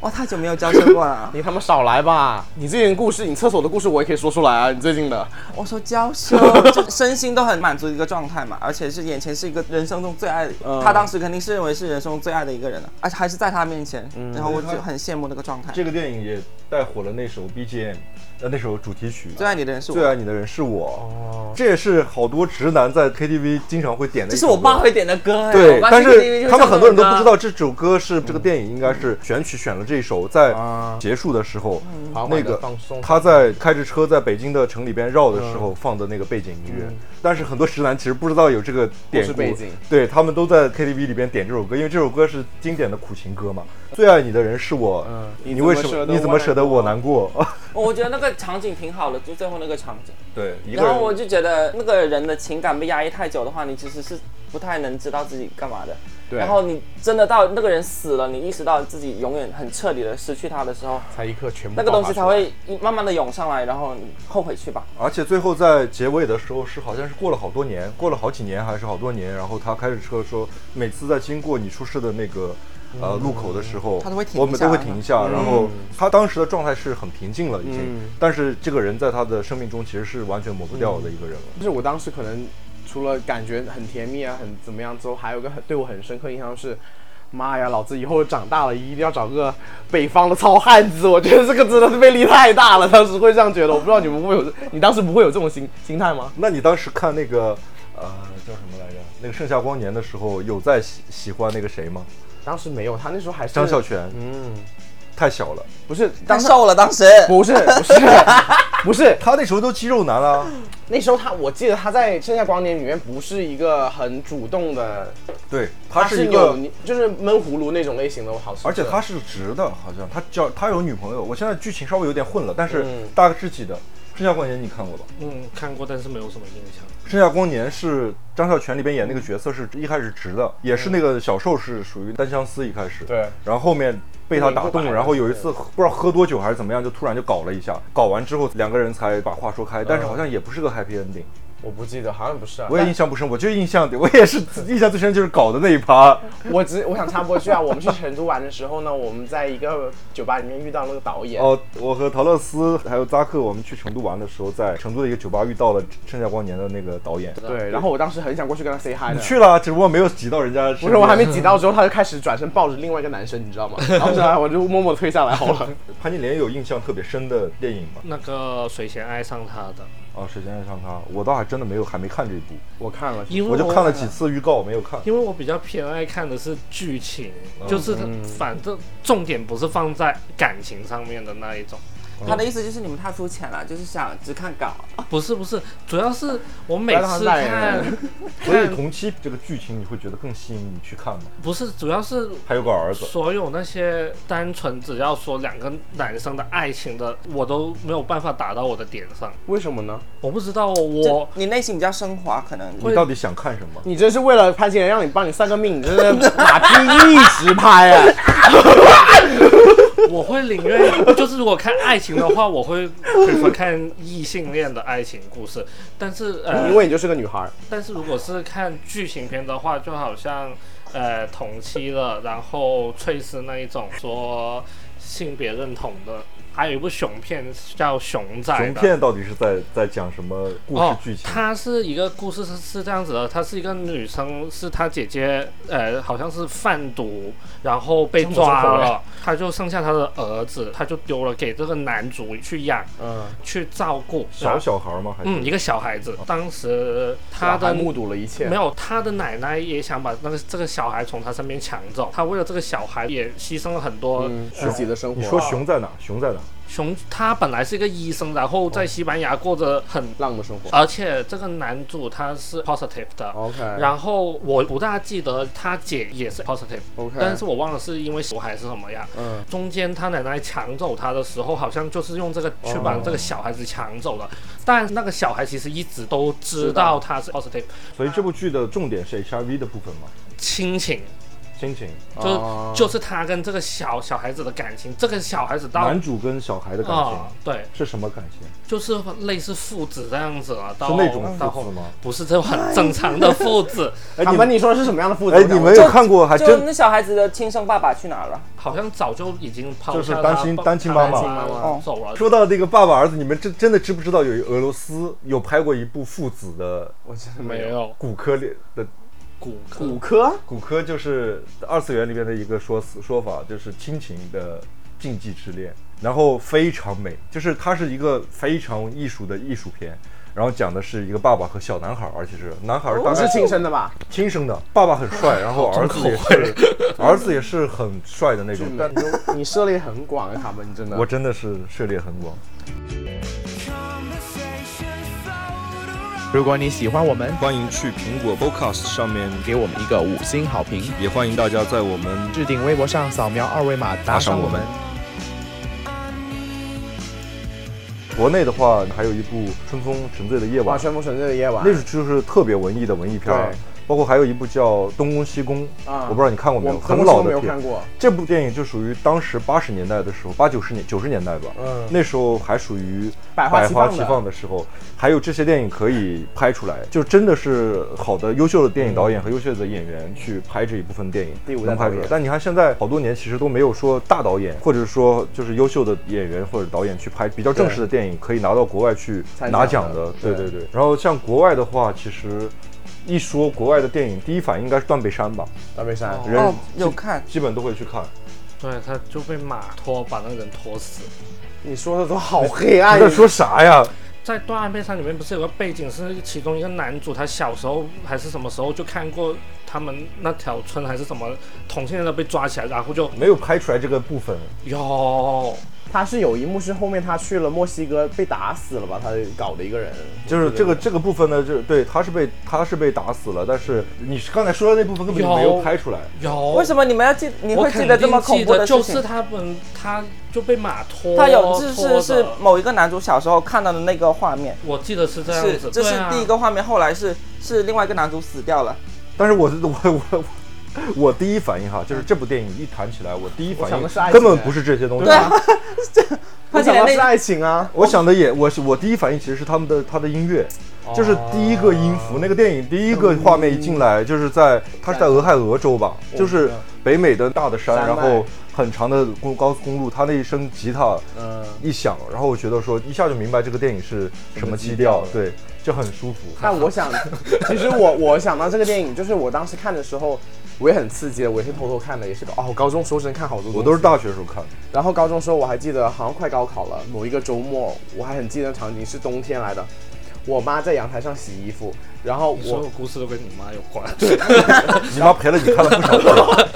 F: 哇，太久没有娇羞过了啊 (laughs)
C: 你他妈少来吧，你最近的故事，你厕所的故事我也可以说出来啊，你最近的，
F: 我说娇 (laughs) 羞，就身嗯心都很满足的一个状态嘛，而且是眼前是一个人生中最爱的，他当时肯定是认为是人生中最爱的一个人了，而且还是在他面前，然后我就很羡慕那个状态。
E: 这个电影也带火了那首 BGM，呃，那首主题曲。
F: 最爱你的人是
E: 最
F: 我，
E: 爱你的人是我，这也是好多直男在 KTV 经常会点的。
F: 这是我爸。会点的歌哎，
E: 对
F: 我，爸
E: 但
F: 去 KTV
E: 是
F: 就
E: 他们
F: 唱
E: 很多人
F: 这
E: 都
F: 首
E: 不知
F: 歌啊
E: 道这首歌是这个电影应该
F: 嗯
E: 是选曲选了这一首，在
C: 啊
E: 结束的时候，
C: 缓
F: 嗯
C: 缓
E: 那
C: 地
E: 个
C: 放松嗯
E: 他在开着车在北京的城里边绕的时候放的那个背景音乐。但是很多直男其实不知道有这个典
C: 是
E: 故
C: 背景，
E: 对他们都在 KTV 里边点这首歌，因为这首歌是经典的苦情歌嘛。最爱你的人是我，
C: 嗯
E: 你为什么你
C: 你怎
E: 怎
C: 么
E: 么
C: 舍
E: 舍
C: 得
E: 得
C: 我
E: 我
C: 难
E: 难过？ (laughs)
F: 我我觉得那个场景挺好的，就最后那个场景。
E: 对，一个
F: 然
E: 人
F: 后我就觉得那个人的情感被压抑太久的话，你其实是不太能知道自己干嘛的。
C: 对
F: 然后你真的到那个人死了，你意识到自己永远很彻底的失去他的时
E: 嗯
F: 候，
C: 才一刻全部
F: 那个东西
C: 爆
F: 才
C: 发出来
F: 会一慢慢的涌上来，然后你后悔去吧。
E: 而且最后在结尾的时候是好像是过了好多年，过了好几年还是好多年，然后他开着车说，每次在经过你出事的那个。呃，路口的时候，
F: 他都会停一下
E: 我们都会停一下，然后他当时的状态是很平静了，已经。但是这个人在他的生命中其实是完全抹不掉的一个人了。
C: 就是我当时可能除了感觉很甜蜜啊，很怎么样之后，还有一个很对我很深刻印象是，妈呀，老子以后长大了一定要找个北方的糙汉子。我觉得这个真的是魅力太大了，当时会这样觉得。我不知道你们会不会有，你当时不会有这种心心态吗？
E: 那你当时看那个呃叫什么来着？那个《盛夏光年》的时候，有在喜喜欢那个谁吗？
C: 当时没有，他那时候还是
E: 张孝，全
C: 嗯，
E: 太小了，
C: 不是，
F: 他
C: 当时
F: 瘦了，当时
E: 嗯
C: 不是不是不是，
E: 他那时候都肌肉男啊。
C: 那时候他我记得他在《盛夏光年》里面不是一个很主动的，
E: 对，他是一
C: 有
E: 个
C: 就是闷葫芦那种类型的，我好像是
E: 而且他是直的，好像他叫他有女朋友。我现在剧情稍微有点混了，但是
C: 嗯
E: 大致记得《盛夏光年》你看过吧？
G: 嗯，看过，但是没有什么印象。
E: 《盛夏光年》是张孝全里边演那个角色是一开始直的，也是那个小受是属于单相思一开始，
C: 对
E: 然后后面被他打
C: 明白
E: 动，然后有一次喝不知道喝多酒还是怎么样，就突然就搞了一下，搞完之后两个人才把话说
C: 嗯
E: 开，但是好像也不是个 happy ending，
C: 我不记得，好像不是、啊，
E: 我也印象不深，我就印象我也是印象最深就是搞的那一趴，
C: (laughs) 我只我想插播一句啊，我们去成都玩的时候呢，我们在一个酒吧里面遇到那个导演，
E: 哦，我和陶乐斯还有扎克，我们去成都玩的时候，在成都的一个酒吧遇到了《 (laughs) 盛夏光年》的那个导演。
C: 对，然后我当时很想过去跟他 say hi
E: 你
C: 的。
E: 去了，只不过没有挤到人家。
C: 不是，我还没。挤到之后，他就开始转身抱着另外一个男生，你知道吗？
E: (laughs)
C: 然后呢，我就默默地退下来好了。
E: 潘金莲有印象特别深的电影吗？
G: 那个谁先爱上他的？
E: 啊，《水仙爱上他》，我倒还真的没有，还没看这一部，
C: 我看了，
G: 因
E: (laughs)
G: 为
E: 我就看了几次预告，没有看。
G: 因为我比较偏爱看的是剧情，就是它反正重点不是放在感情上面的那一种，
F: 他的意思就是你们太肤浅了，就是想只看稿。
G: 不是不是，主要是我每
C: 不要让
G: 次
C: 他赖
G: 看，
E: 所以同期这个剧情你会觉得更吸引你去看吗？
G: 不是主要是
E: 还有个儿子，
G: 所有那些单纯只要说两个男生的爱情的，我都没有办法打到我的点上，
C: 为什么呢？
G: 我不知道我
F: 就你内心比较升华，可能
E: 你到底想看什么？
C: 你真是为了潘金莲让你帮你算个命，你真是马屁一直拍啊！
E: (laughs)
G: (laughs) 我会宁愿就是如果看爱情的话，我会 prefer 看异性恋的爱情故事，但是呃，
C: 因为你就是个女孩儿，
G: 但是如果是看剧情片的话，就好像呃同期的，然后翠丝那一种说性别认同的，还有一部熊片叫《熊仔》
E: 熊
G: 的。
E: 片到底是在在讲什么故事
G: 哦
E: 剧，情？
G: 它是一个故事是是这样子的，她是一个女生，是她姐姐，呃，好像是贩毒，然后被抓了，她就剩下她的儿子，她就丢了给这个男主去养，
C: 嗯，
G: 去照顾。
E: 小小孩吗？还是
G: 嗯，一个小孩子，当时
C: 他
G: 他
C: 的
G: 的
C: 目睹了一切，
G: 没有，他的奶奶也想把那个这个小孩从他身边抢走，他为了这个小孩也牺牲了很多。
C: 嗯自己的生活。
E: 你说熊在哪？熊在哪？
G: 熊他本来是一个医生，然后在西班牙过着很，
C: 浪的生活
G: 而且这个男主他是 positive 的。
C: ，OK，
E: 哎
G: 然后我不大记得他姐也是 positive，、
C: OK
G: 但是我忘了是因为毒还是什么样。
C: 嗯
G: 中间他奶奶抢走他的时候，好像就是用这个去把这个小孩子抢走
E: 哦
G: 了，但那个小孩其实一直都知道他是 positive，
E: 所以这部剧的重点是 HIV 的部分吗？
G: 亲情。
E: 亲情，
G: 就是、
C: 哦
G: 就是他跟这个小小孩子的感情，这个小孩子到
E: 男主跟小孩的感情
G: 啊、。对，
E: 是什么感情？
G: 就是类似父子这样子啊，到
E: 是
C: 哦
E: 那种
G: 到
E: 父子吗？
G: 不是这种很正常的父子，
E: 哎，
C: 卡
E: 你
C: 门，
E: 们
C: 你说的是什么样的父子？
E: 哎，
C: 我想
E: 你
C: 问
E: 们有看过？还
F: 就
E: 真
F: 那小孩子的亲生爸爸去哪了？
G: 好像早就已经抛
E: 就是
G: 下
E: 单
G: 他
E: 亲
G: 爸
E: 单亲妈妈
G: 他
C: 单亲妈
F: 妈
G: 走了。
E: 说到那个爸爸儿子，你们真真的知不知道有一俄罗斯有拍过一部父子的
C: 我真的没
G: 没
C: 有。
G: 有，
E: 骨科恋的
G: 骨科
C: 骨科
E: 骨科就是二次元里边的一个说辞说法，就是亲情的禁忌之恋，然后非常美，就是它是一个非常艺术的艺术片，然后讲的是一个爸爸和小男孩儿，而且是男孩儿大
C: 不
E: 概
C: 哦是亲生的吧？
E: 亲生的，爸爸很帅，然后儿子也是， (laughs) 儿子也是很帅的那种
C: 俊，美
E: 但，
C: 你涉猎很广啊，卡门，真
E: 嗯
C: 的。
E: 我真的是涉猎很广。
C: 如果你喜欢我们，
B: 欢迎去苹果 Podcast 上面，
C: 给我们一个五星好评，
B: 也欢迎大家在我们
C: 置顶微博上扫描二维码打
B: 赏
C: 赏
B: 我
C: 我
B: 们
C: 们。
E: 国内的话，还有一部《春风沉醉的夜
C: 哇，
E: 晚》，
C: 春风沉醉的夜晚
E: 那，是就是特别文艺的文艺片儿
C: 对，
E: 包括还有一部叫《东宫西宫》，
C: 啊
E: 我不知道你看过没
C: 我
E: 有，很
C: 东宫西
E: 老
C: 宫没
E: 的
C: 有
E: 片
C: 看。过。
E: 这部电影就属于当时八十年代的时候，八九十年九十年代吧，
C: 嗯
E: 那时候还属于
C: 百花
E: 花
C: 齐放的
E: 齐放的时候，还有这些电影可以拍出来，就真的是好的优秀的电影导演和优秀的演员去拍这一部分电影，
C: 第五代
E: 能拍出
C: 导
E: 来
C: 演。
E: 但你看现在好多年其实都没有说大导演，或者说就是优秀的演员或者导演去拍比较正式的电影，可以拿到国外去
C: 参
E: 拿
C: 奖
E: 奖
C: 的
E: 的。对
C: 对
E: 对对。然后像国外的话，其实。一说国外的电影，第一反应应该是《断背山》吧，
C: 大背山，
E: 人
F: 哦，有看，
E: 基本都会去看。
G: 对，他就被马拖，把那个人拖死。
C: 你说的都好黑暗。
E: 你在说啥呀？
G: 在《断案背山》里面不是有个背景是其中一个男主，他小时候还是什么时候就看过他们那条村还是什么同性恋的被抓起来，然后就
E: 没有拍出来这个部分，
G: 有
C: 他是有一幕是后面他去了墨西哥被打死了吧？他搞的一个人，
E: 就是这个这个部分呢，就是对，他是被他是被打死了，但是你是刚才说的那部分根本就没有
G: 有
E: 拍出来。
G: 有。
F: 为什么你们要记？你
G: 我
F: 会记
G: 肯定
F: 得这么恐怖
G: 记得
F: 的事
G: 就是
F: 情？
G: 他们，他就被马拖。
F: 他有，就是
G: 拖
F: 是
G: 的
F: 某一个男主小时候看到的那个画面，
G: 我记得是这样
F: 是
G: 子。
F: 这
G: 对
F: 是
G: 啊
F: 第一个画面，后来是是另外一个男主死掉了。
E: 但是我是我我我我第一反应哈，就是这部电影一谈起来，我第一反
C: 嗯我想的是爱
E: 应
C: 情
E: 根本不是这些东西。
F: (laughs) 啊，
C: 我
F: 潘
C: 想
F: 金莲
C: 到是
F: 那
C: 爱
E: (laughs)
C: 情啊，
E: 我想的也，我是我第一反应其实是他们的他的音乐，
C: 哦
E: 就是第一个音符，那个电影第一个画面一进来，就是在它是在俄亥俄州
C: 哦
E: 吧，就是北美的大的山，
C: 山脉
E: 然后很长的公高速公路，他那一声吉他
C: 嗯，
E: 一响，然后我觉得说一下就明白这个电影是什么基调，对，就很舒服。
C: 但嗯我想，其实我我想到这个电影，就是我当时看的时候，我也很刺激的，我也是偷偷看的，也是个哦，我高中时候真看好多东西，
E: 我都是大学时候看的，
C: (laughs) 然后高中时候我还记得，好像快高考了，某一个周末，我还很记得场景是冬天来的，我妈在阳台上洗衣服，然后
G: 你所有
C: 我，
G: 故事都跟你妈有关。
E: 你妈陪了你看了不少次。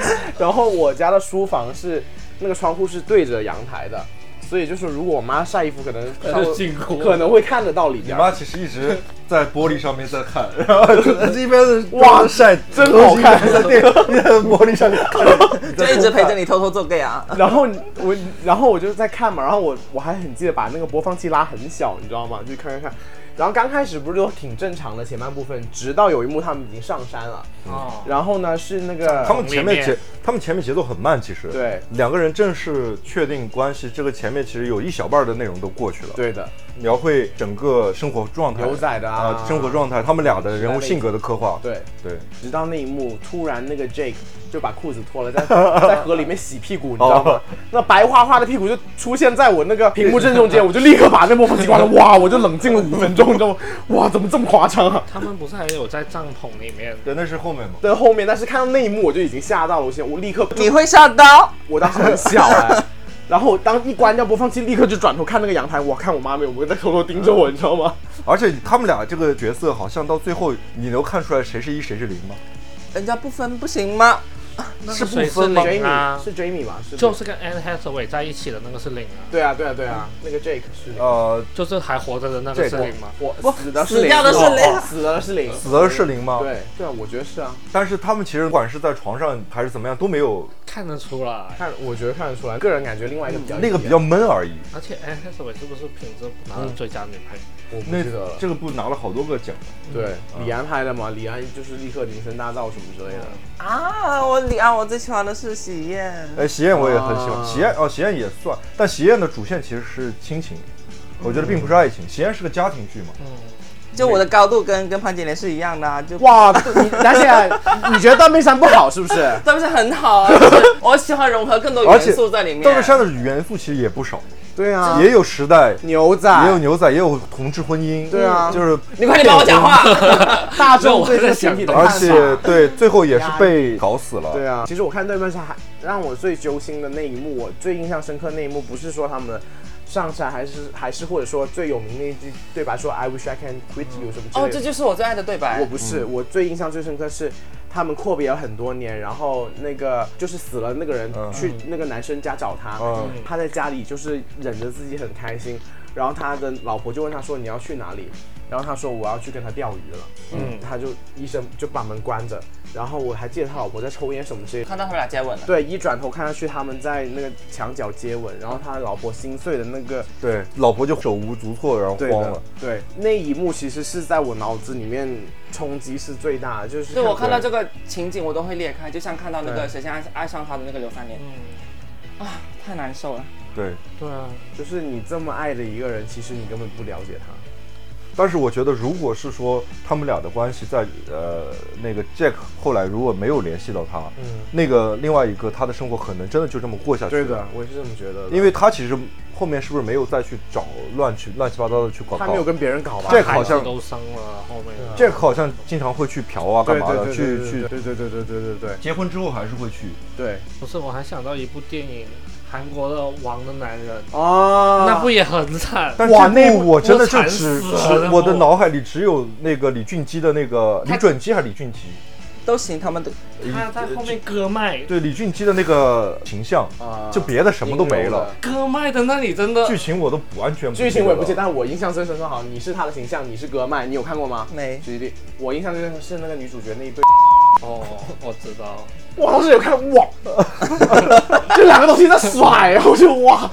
C: (laughs) 然后我家的书房是那个窗户是对着阳台的，所以就是如果我妈晒衣服，可能
G: 那就进屋
C: 可能会看得到里
E: 你
C: 边。
E: 妈其实一直在玻璃上面在看，然 (laughs) 后这边哇晒真
C: 好看
E: 在 (laughs) 电在玻璃上面看， (laughs)
C: (laughs)
F: 就一直陪着你偷偷做 gay 啊。
C: 然后我，然后我就在看嘛，然后我我还很记得把那个播放器拉很小，你知道吗？就看看看。然后刚开始不是都挺正常的前半部分，直到有一幕他们已经上山了，
G: (laughs) 哦，
C: 然后呢是那个
E: 他们前面
G: 里
E: 节
G: 面，
E: 他们前面节奏很慢，其实
C: 对
E: 两个人正式确定关系，这个前面其实有一小半的内容都过去了，
C: 对的，
E: 描绘整个生活状态，
C: 牛仔的啊
E: 啊，生活状态，他们俩的人物性格的刻画，
C: 对。
E: 对，
C: 直到那一幕，突然那个 Jake 就把裤子脱了， (laughs) 在在河里面洗屁股，你知道吗
E: 哦？
C: 那白花花的屁股就出现在我那个屏幕正中 (laughs) 间，我就立刻把那播放器关了。 (laughs) 哇，我就冷静了五分钟，你知道吗？ (laughs) 哇，怎么这么夸张啊？
G: 他们不是还有在帐篷里面？
E: 对，那是后面嘛。
C: 在后面，但是看到那一幕我就已经吓到了，我现在我立刻
F: 你会下刀？
C: 我当时很小哎、 (laughs) 然后我当一关掉播放器，立刻就转头看那个阳台，我看我妈没有，我在偷偷盯着我，你知道吗？
E: 而且他们俩这个角色好像到最后，你能看出来谁是一谁是零吗？
F: 人家不分不行吗？
G: 那
E: 是
G: 个
E: 不
G: 谁是
E: 分吗
G: 零啊
C: Jamie？是 Jamie 吧？是
G: 就是跟 Anne Hathaway 在一起的那个是零啊，
C: 对啊对啊对啊，那个 Jake 是
E: 呃，
G: 就是还活着的那个是零吗？
C: 我我死的是
F: 死掉的是零
C: 哦死的是零，
E: 死的是零吗？。
C: 对对啊，我觉得是啊，
E: 但是他们其实不管是在床上还是怎么样，都没有
G: 看得出来。
C: 看我觉得看得出来，个人感觉另外一个比较
E: 那个比较闷而已。
G: 而且 Anne Hathaway 是不是凭着拿了最佳女配？
C: 我不
E: 那
C: 记得了，
E: 这个部拿了好多个奖，
C: 对李安拍的嘛，李安就是立刻名声大噪什么之类的，
F: 啊，我李安，我最喜欢的是喜宴。
E: 哎，喜宴我也很喜欢，
C: 啊
E: 喜宴哦，喜宴也算，但喜宴的主线其实是亲情，我觉得并不是爱情，喜宴是个家庭剧嘛。
F: 就我的高度跟跟潘金莲是一样的啊，就
C: 哇，你而且你觉得断背山不好是不是？
F: (laughs) 但是很好啊，就是我喜欢融合更多
E: 而
F: 元
E: 且
F: 素在里面。
E: 断背山的元素其实也不少，
C: 对啊，
E: 也有时代，
C: 牛仔，
E: 也有牛仔，也有同志婚姻，
C: 对啊
E: 就是
F: 你快点帮我讲话。
C: 大众对这个群体 (laughs) 的看
E: 而
C: 法。
E: 且对，最后也是被搞死了。
C: 对啊，其实我看《对面上海》让我最揪心的那一幕，我最印象深刻那一幕，不是说他们上山，还是还是或者说最有名那一句对白，说 “I wish I can quit you” 什么之类的。
F: (laughs) 哦，这就是我最爱的对白
C: 我。不是，
E: 嗯
C: 我最印象最深刻是他们阔别了很多年，然后那个就是死了那个人、
E: 嗯
C: 去那个男生家找他，
E: 嗯
C: 他在家里就是忍着自己很开心，然后他的老婆就问他说你要去哪里，然后他说我要去跟他钓鱼了，嗯，他就医生就把门关着，然后我还记得他老婆在抽烟什么之类的。
F: 看到他们俩接吻了，
C: 对，一转头看下去，他们在那个墙角接吻，然后他老婆心碎的那个
E: 对，老婆就手无足措，然后
C: 对
E: 慌
C: 的
E: 了。，
C: 对，那一幕其实是在我脑子里面冲击是最大的，就是
F: 对我看到这个情景我都会裂开，就像看到那个谁先爱爱上他的那个刘三连，啊，太难受了。
E: 对，
G: 对啊，
C: 就是你这么爱的一个人，其实你根本不了解他。
E: 但是我觉得，如果是说他们俩的关系在呃那个 Jack 后来如果没有联系到他，那个另外一个他的生活可能真的就这么过下去。
C: 对的，，我也是嗯这么觉得的。
E: 因为他其实后面是不是没有再去找乱去乱七八糟的去搞
C: 他
E: 搞？
C: 没有跟别人搞吧？
E: 这个
G: 孩
E: 好
G: 子
E: 像
G: 都生了，后面啊
E: Jack 好像经常会去嫖啊，干
C: 对
E: 嘛
C: 对
E: 的？
C: 对
E: 去
C: 对
E: 去。
C: 对对对对对对对
E: 结婚之后还是会去，
C: 对
G: 不是，我还想到一部电影，韩国的《王的男人》，
C: 哦，
G: 那不也很惨？
E: 啊但
C: 哇
E: 这
C: 那
E: 部我真的就
G: 惨
E: 只
G: 死
E: 只
G: 了那
E: 我的
G: 部
E: 脑海里只有那个李俊基的那个李准基还是李俊基？
F: 都行，他们都
G: 他在后面割麦，
E: 对李俊基的那个形象，
C: 啊
E: 就别的什么都没
C: 阴柔
E: 了
C: 了，
G: 割麦的那里真的
E: (laughs) 剧情我都不完全不
C: 剧情我也不记
E: 记
C: 得，
E: 得了。
C: 但我印象最深刻，好，你是他的形象，你是格麦，你有看过吗？
F: (laughs) 没
C: 举例，我印象最深刻是那个女主角那一对，
G: 哦，我知道，
C: 我当时有看，哇，这两个东西在甩，我就哇，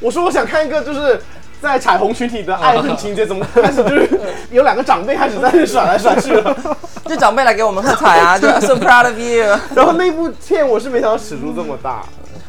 C: 我说我想看一个就是。在彩虹群体的爱恨情节怎么开始就是有两个长辈开始在那甩来甩去了，
F: 就长辈来给我们喝彩 (laughs) 啊，就 so proud of you。
C: 然后那部片我是没想到尺度这么大，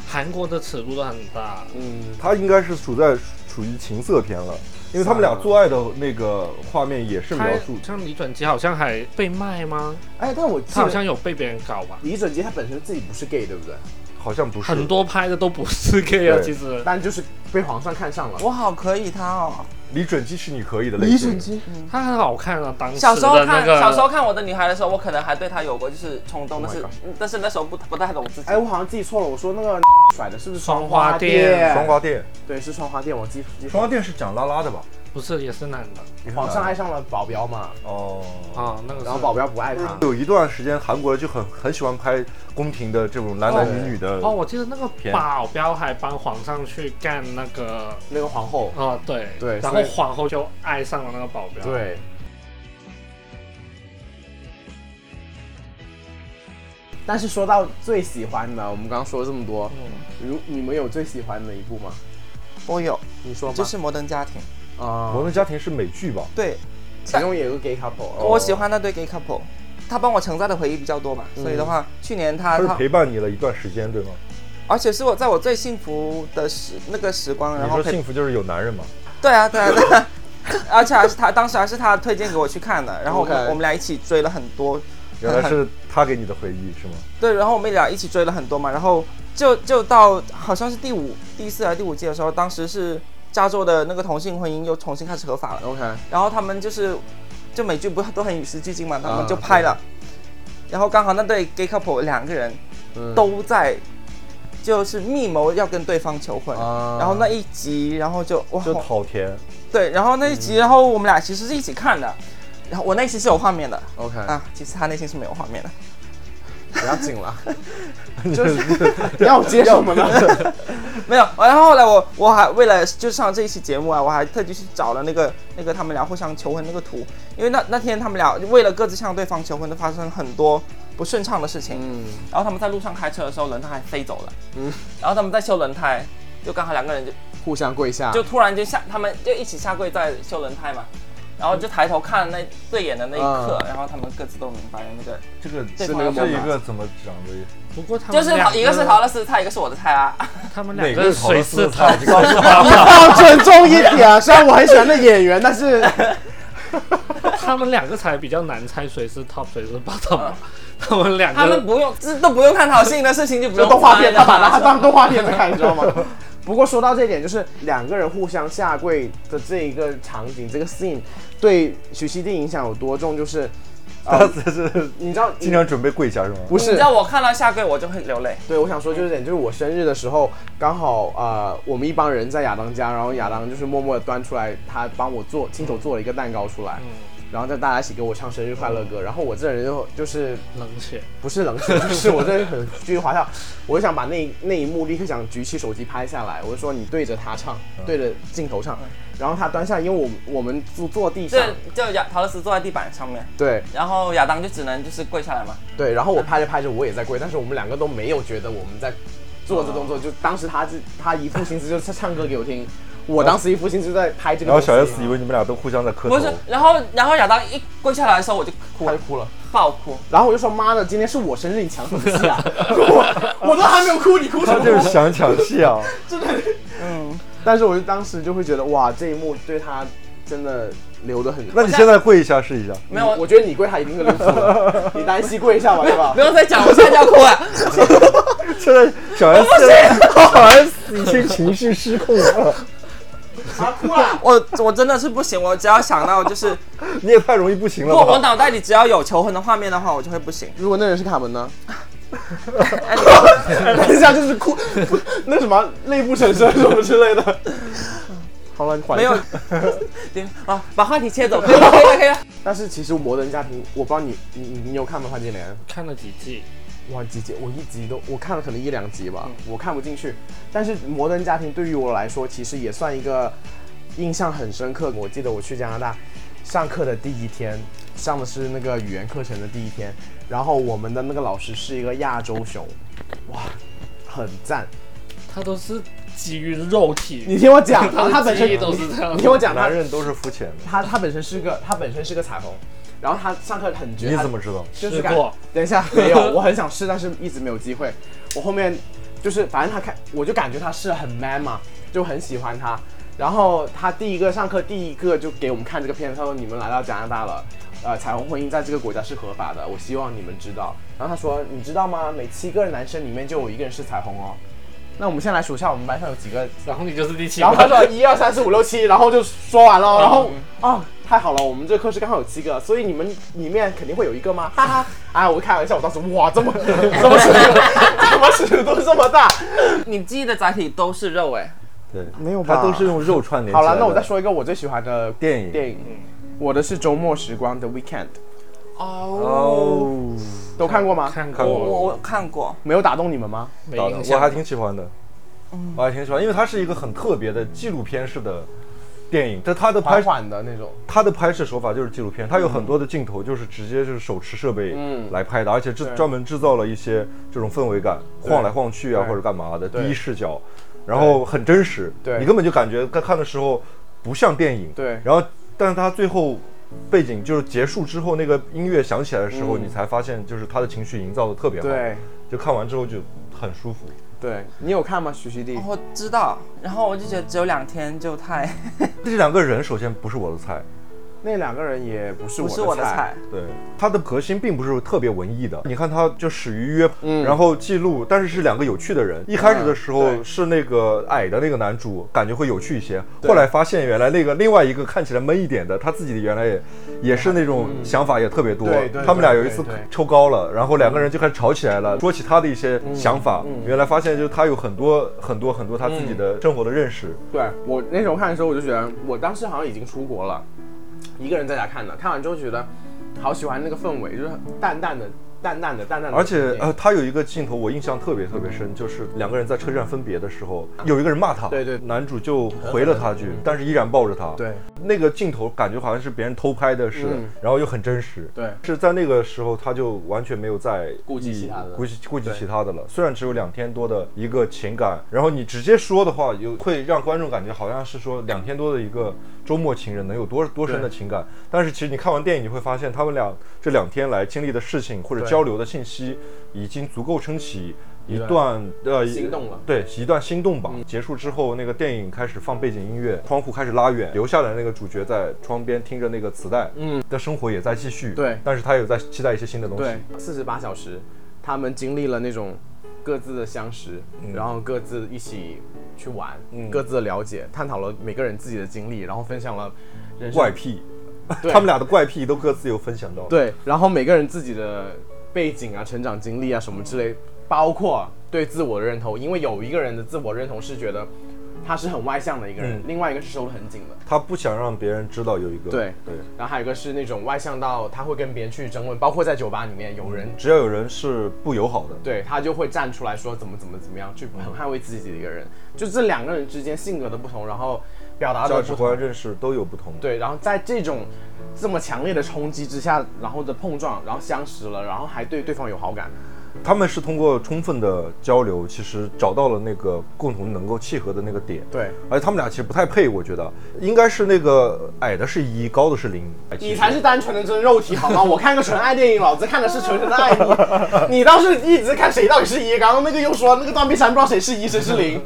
G: 韩国的尺度都很大，
C: 嗯，
E: 他应该是处在处于情色片了，因为他们俩做爱的那个画面也是
G: 他
E: 描述
G: 像李准基好像还被卖吗？
C: 哎，但我记
G: 他好像
C: 得
G: 有被别人搞吧？
C: 李准基他本身自己不是 gay，对不对？
E: 好像不是
G: 很多拍的都不是 gay 啊，
E: 对
G: 其实
C: 但就是被皇上看上了。
F: 我好可以他哦，
E: 李准基是你可以的类型。
C: 基，
G: 他很好看啊，当时
F: 小时候
G: 的那
F: 看
G: 个
F: 小时候看我的女孩的时候，我可能还对他有过就是冲动，但
E: Oh
F: 是
E: my
F: 但是那时候不不太懂自己
C: 哎，。我好像记错了，我说那个 (laughs) 甩的是不是
G: 双花
C: 花
G: 店
E: 双花店，
C: 对，是双花店，我记记
E: 双
C: 错
E: 花
C: 了。
E: 店是讲拉拉的吧？
G: 不是也是男的
C: 皇上爱上了保镖嘛，
E: 哦。
G: 啊，那个
C: 然后
G: 是
C: 保镖不爱他。
E: 有一段时间，韩国就很很喜欢拍宫廷的这种男男女女的
G: 哦，我记得那个
E: 片
G: 保镖还帮皇上去干那个
C: 那个皇后，
G: 啊，对
C: 对
G: 然
C: 所
G: 后
C: 以
G: 皇后就爱上了那个保镖，，
C: 对，但是说到最喜欢的，我们刚刚说了这么多，如你们有最喜欢的一部吗？
F: 我有，
C: 你说吧。
F: 就是《摩登家庭》。
C: 啊
E: 摩，登家庭》是美剧吧？
F: 对，
C: 其中也有个 gay couple，哦
F: 我喜欢那对 gay couple，他帮我承载的回忆比较多吧，所以的话，去年他
E: 它是
F: 他，
E: 陪伴你了一段时间，对吗？
F: 而且是我在我最幸福的时那个时光，然
E: 你
F: 后
E: 说
F: 陪
E: 幸福就是有男人嘛？
F: 对啊，对啊，对啊。而且还是他当时还是他推荐给我去看的，然后我们
C: OK
F: 我们俩一起追了很多，
E: 原来是他给你的回忆是吗？
F: 对，然后我们俩一起追了很多嘛，然后就就到好像是第五、第四还是第五季的时候，当时是加州的那个同性婚姻又重新开始合法了，
C: OK，
F: 然后他们就是就美剧不都很与时俱进嘛，他们
C: 啊
F: 就拍了，然后刚好那对 gay couple 两个人
C: 嗯
F: 都在就是密谋要跟对方求婚，
C: 啊
F: 然后那一集，然后就哇
E: 就讨甜，
F: 对，然后那一集，然后我们俩其实是一起看的，然后我内心是有画面的
C: OK，
F: 啊，其实他内心是没有画面的。 (laughs)
C: 不要紧了，就是你要我接什么呢？
F: 没有。然后后来我我还为了就上这一期节目啊，我还特地去找了那个那个他们俩互相求婚那个图，因为那那天他们俩为了各自向对方求婚，都发生很多不顺畅的事情。嗯，然后他们在路上开车的时候，轮胎还飞走了。嗯，然后他们在修轮胎，就刚好两个人就
C: 互相跪下，
F: 就突然就下，他们就一起下跪在修轮胎嘛。然后就抬头看那对眼的那一刻，然后他们各自都明白了那个，
E: 这个
F: 对
E: 这
F: 是那个
E: 这
F: 梦吧
E: 一个怎么讲的？
G: 不过他们
F: 就是
G: 两
F: 一个是陶乐斯的菜，一个是我的菜啊。
G: 他们两
E: 哪个是陶
G: 谁
E: 乐斯
G: 是
E: 的
G: 陶
E: 菜
G: 乐斯
E: 啊
G: 的菜
C: 要尊重一点。虽然我很喜欢那演员，但是
G: 他们两个才比较难猜谁是 top 谁是 bottom，嘛他们两个
F: 他们不用，这都不用探讨性的事情就不用
C: 动画
F: 猜
C: 片
F: 了 (laughs)
C: 他把它当动画片在看，你知道吗？不过说到这一点，就是两个人互相下跪的这一个场景，这个 scene 对徐熙娣影响有多重？就是，
E: 他
C: 呃，
E: 只是
C: 你知道，
E: 经常准备跪下是吗？
C: 不
F: 你
C: 是
F: 知道我看到下跪我就会流泪，
C: 对，我想说就是点，就是我生日的时候，刚好呃，我们一帮人在亚当家，然后亚当就是默默的端出来，他帮我做亲手做了一个蛋糕出来，然后再大家一起给我唱生日快乐歌，然后我这人就就是
G: 冷血，
C: 不是冷血，就是我这人很巨滑笑，我就想把那一那一幕立刻想举起手机拍下来，我就说你对着他唱，
E: 嗯
C: 对着镜头唱，然后他端下来，因为我我们坐坐地上
F: 这，就亚陶乐斯坐在地板上面，
C: 对
F: 然后亚当就只能就是跪下来嘛，
C: 对，然后我拍着拍着我也在跪，但是我们两个都没有觉得我们在做这
E: 嗯
C: 动作，就当时他是他一副心思就是唱歌给我听，我当时一副心思在拍这个
E: 然后
C: 东西，
E: 小 S 以为你们俩都互相在磕
F: 不是
E: 头，，
F: 然后然后亚当一跪下来的时候我就
C: 他
F: 哭
C: 就
F: 了，
C: 哭了。
F: 爆哭，
C: 然后我就说妈的，今天是我生日，你抢什么
E: (laughs)
C: 戏啊？我我都还没有哭，你哭什
E: 他
C: 么？
E: 就是想抢戏啊。
C: 但是我就当时就会觉得哇，这一幕对他真的留的很。
E: 那你现在跪一下试一下，
F: 没有
C: 我觉得你跪他一定会留住的，你担心跪一下吧，对吧
F: 不？用再讲，我现在就要哭了。
E: 现在小 S 现在好像已经情绪失控了，
C: 他哭了，
F: (laughs) 我我真的是不行，我只要想到就是，
E: (laughs) 你也太容易不行
F: 如
E: 了
F: 果我
E: 吧？
F: 脑袋里只要有求婚的画面的话，我就会不行。
C: (laughs) 如果那人是卡门呢？
F: 哎
C: 等一下就是哭， (laughs) 不那什么泪不成声什么之类的。好了，你缓一
F: 没 (laughs)
C: 下
F: 有，对啊，把话题切走， (laughs) 可以了，可以了，可以了。
C: (laughs) 但是其实《摩登家庭》，我不知道你你你你有看吗？潘金莲？
G: 看了几季，
C: 哇，几集？我一集都我看了可能一两集吧，我看不进去。但是《摩登家庭》对于我来说，其实也算一个印象很深刻。我记得我去加拿大上课的第一天，上的是那个语言课程的第一天，然后我们的那个老师是一个亚洲熊，哇，很赞。
G: 他都是基于肉体，
C: 你听我讲，他本
G: 的
C: 身
G: 记忆都是这样
C: 你听我讲，他
E: 男人都是肤浅的，
C: 他他本身是个他本身是个彩虹，然后他上课很绝，
E: 你
C: 他
E: 怎么知道？
C: 就是
G: 试
C: 感
G: 过
C: 等一下，没有，
G: (laughs)
C: 我很想试，但是一直没有机会。我后面就是，反正他看，我就感觉他是很 man 嘛，就很喜欢他。然后他第一个上课，第一个就给我们看这个片子，他说：“你们来到加拿大了，呃，彩虹婚姻在这个国家是合法的，我希望你们知道。”然后他说：“你知道吗？每七个男生里面就有一个人是彩虹哦。”那我们先来数一下我们班上有几个
G: 然后你就是第七
C: 然后他
G: 个，
F: (laughs)
C: 说一二三四五六七，然后就说完
F: 嗯
C: 了，然后啊，太好了，我们这课是刚好有七个，所以你们里面肯定会有一个吗？哈哈，哎，我开玩笑，我当时哇，这
F: (laughs)
C: 么怎么尺度，怎么尺度这么大？
F: 你记忆的载体都是肉，哎，
E: 对，
C: 没有吧
E: 他都是用肉串联。
C: 好了，那我再，说一个我最喜欢的
E: 电影
C: 电影，我的是周末时光的 Weekend，
E: 哦，
C: 都看过吗？
G: 看
E: 看
F: 我
E: 过
G: 过，
F: 我看过，
C: 没有打动你们吗？
G: 没
E: 打的
G: 印，
E: 我还
G: 象。
E: 挺喜欢的，
C: 嗯
E: 我还挺喜欢，因为它是一个很特别的纪录片式的电影，但它的拍
C: 缓缓的那种，
E: 它的拍摄手法就是纪录片，它有很多的镜头就是直接就是手持设备
C: 嗯
E: 来拍的，而且制专门制造了一些这种氛围感，晃来晃去啊或者干嘛的
C: 对
E: 第一视角，然后很真实，
C: 对
E: 你根本就感觉在看的时候不像电影，
C: 对
E: 然后但是它最后。背景就是结束之后，那个音乐响起来的时候，你才发现就是他的情绪营造的特别好，
C: 嗯对，
E: 就看完之后就很舒服。
C: 对你有看吗？徐熙娣，
F: 我知道。然后我就觉得只有两天就太
E: 这两个人首先不是我的菜，
C: 那两个人也不是
F: 不是我的菜，，
E: 对，它的核心并不是特别文艺
C: 嗯
E: 的。你看，它就始于约，然后记录，但是是两个有趣的
C: 嗯
E: 人。一开始的时候
C: 对
E: 是那个矮的那个男主，感觉会有趣一些。后来发现原来那个另外一个看起来闷一点的，他自己原来也也是那种想法也特别多
C: 嗯对对。
E: 他们俩
C: 对
E: 有一
C: 对
E: 次
C: 对
E: 抽高了，然后两个人就开始吵起来了，说起他的一些
C: 嗯
E: 想法。原来发现就是他有很多很多很多他
C: 嗯
E: 自己的生活的认识。
C: 对我那时候看的时候，我就觉得我当时好像已经出国了，一个人在家看的，看完之后觉得好喜欢那个氛围，就是淡淡的、淡淡的、淡淡的。
E: 而且呃，他有一个镜头我印象特别特别深，就是两个人在车站分别的时候，有一个人骂他，
C: 对对
E: 男主就回了他一句，但是依然抱着他，
C: 对，
E: 那个镜头感觉好像是别人偷拍的是，
C: 嗯
E: 然后又很真实，
C: 对
E: 是在那个时候他就完全没有再
C: 顾及其他的
E: 顾及顾及其他的了。虽然只有两天多的一个情感，然后你直接说的话，有会让观众感觉好像是说两天多的一个周末情人能有多多深的情感，但是其实你看完电影，你会发现他们俩这两天来经历的事情或者
C: 对
E: 交流的信息，已经足够撑起。一段呃
C: 心动了嗯
E: 对，一段心动吧。结束之后，那个电影开始放背景音乐，窗户开始拉远，留下来那个主角在窗边听着那个磁带，嗯，的生活也在继续，
C: 对
E: 但是他有在期待一些新的东西，
C: 对，四十八小
E: 嗯
C: 时，他们经历了那种各自的相识，然后各自一起去玩，各自的了解，探讨了每个人自己的经历，然后
E: (laughs)
C: 分享了人生
E: 怪癖，
C: 对
E: 他们俩的怪癖都各自有分享到。，
C: 对，然后每个人自己的背景啊、成长经历啊什么之类，包括对自我的认同，因为有一个人的自我认同是觉得他是很外向的一个人，
E: 嗯
C: 另外一个是收的很紧的，
E: 他不想让别人知道有一个
C: 对
E: 对，
C: 然后还有一个是那种外向到他会跟别人去争论，包括在酒吧里面有人。
E: 只要有人是不友好的，
C: 对他就会站出来说怎么怎么怎么样，去很
E: 嗯
C: 捍卫自己的一个人，就这两个人之间性格的不同，然后表达
E: 价
C: 的
E: 值
C: 不
E: 观
C: 同，
E: 认识都有不同。，
C: 对，然后在这种这么强烈的冲击之下，然后的碰撞，然后相识了，然后还对对方有好感，
E: 他们是通过充分的交流，其实找到了那个共同能够契合的那个点。
C: 对，
E: 而且他们俩其实不太配，我觉得应该是那个矮的是一，高的是零。哎
C: 你才是单纯的真肉体好吗？我看个纯爱电影，老子看的是纯纯的爱你。你倒是一直看谁到底是一，刚刚那个又说那个断臂山不知道谁是一谁是零。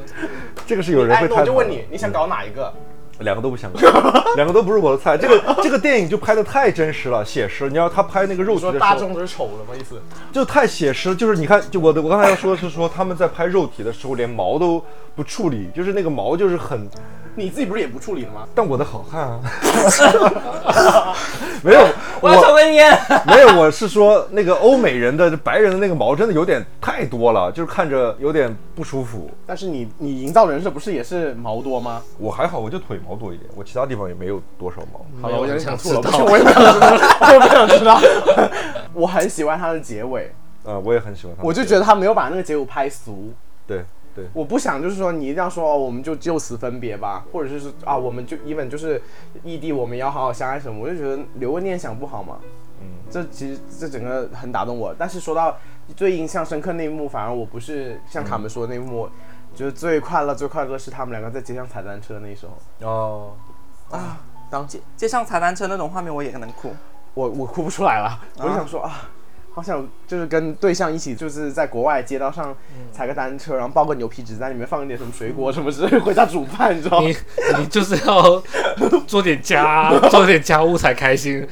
E: 这个是有人
C: 哎
E: 会，
C: 那
E: 探讨
C: 我
E: 的。嗯
C: 就问你，你想搞哪一个？
E: 两个都不想看， (laughs) 两个都不是我的菜。这个这个电影就拍的太真实了，写实。你要他拍那个肉
C: 你
E: 体的
C: 说
E: 时
C: 大
E: 候，
C: 众都是丑的吗？意思？
E: 就太写实。就是你看，就我的我刚才要说的是说他们在拍肉体的时候连毛都不处理，就是那个毛就是很，
C: 你自己不是也不处理了吗？
E: 但我的好看啊， (laughs) 没有
F: 我要抽根烟。
E: 没有，我是说那个欧美人的白人的那个毛真的有点太多了，就是看着有点不舒服。
C: 但是你你营造人设不是也是毛多吗？
E: 我还好，我就腿毛多一点，我其他地方也没有多少毛。
C: 好了，我有点想
G: 想
C: 吐
G: 知
C: 了，不是
G: 道。
C: 我也不想知道，我也不想知道。 (laughs) 我很喜欢它的结尾，
E: 啊、我也很喜欢他们。
C: 我就觉得他没有把那个结尾拍俗。
E: 对对，
C: 我不想就是说你一定要说哦，我们就就此分别吧，或者是说啊，我们就 even 就是异地，我们要好好相爱什么，我就觉得留个念想不好吗？嗯，这其实这整个很打动我。但是说到最印象深刻那一幕，反而我不是像卡门说的那一幕，就是最快乐最快乐是他们两个在街上踩单车那时候，
E: 哦，
C: 当街
F: (laughs) 街上踩单车那种画面我也能哭，
C: 我我哭不出来了，我就想说啊。好想就是跟对象一起，就是在国外街道上踩个单车，然后抱个牛皮纸，在里面放一点什么水果什么之类，回家煮饭，你知道吗 (laughs)
G: 你？你就是要做点家做点家务才开心。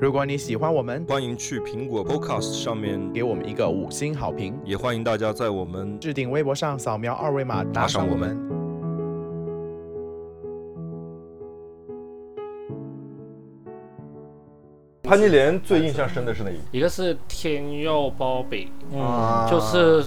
C: 如果你喜欢我们，
E: 欢迎去苹果 Podcast 上面
C: 给我们一个五星好评，
E: 也欢迎大家在我们
C: 置顶微博上扫描二维码
E: 打
C: 打
E: 赏
C: 赏
E: 我
C: 我
E: 们
C: 们。
E: 潘金莲最印象深的是哪一部？
G: 一个是天佑包饼，
C: 啊
G: 就是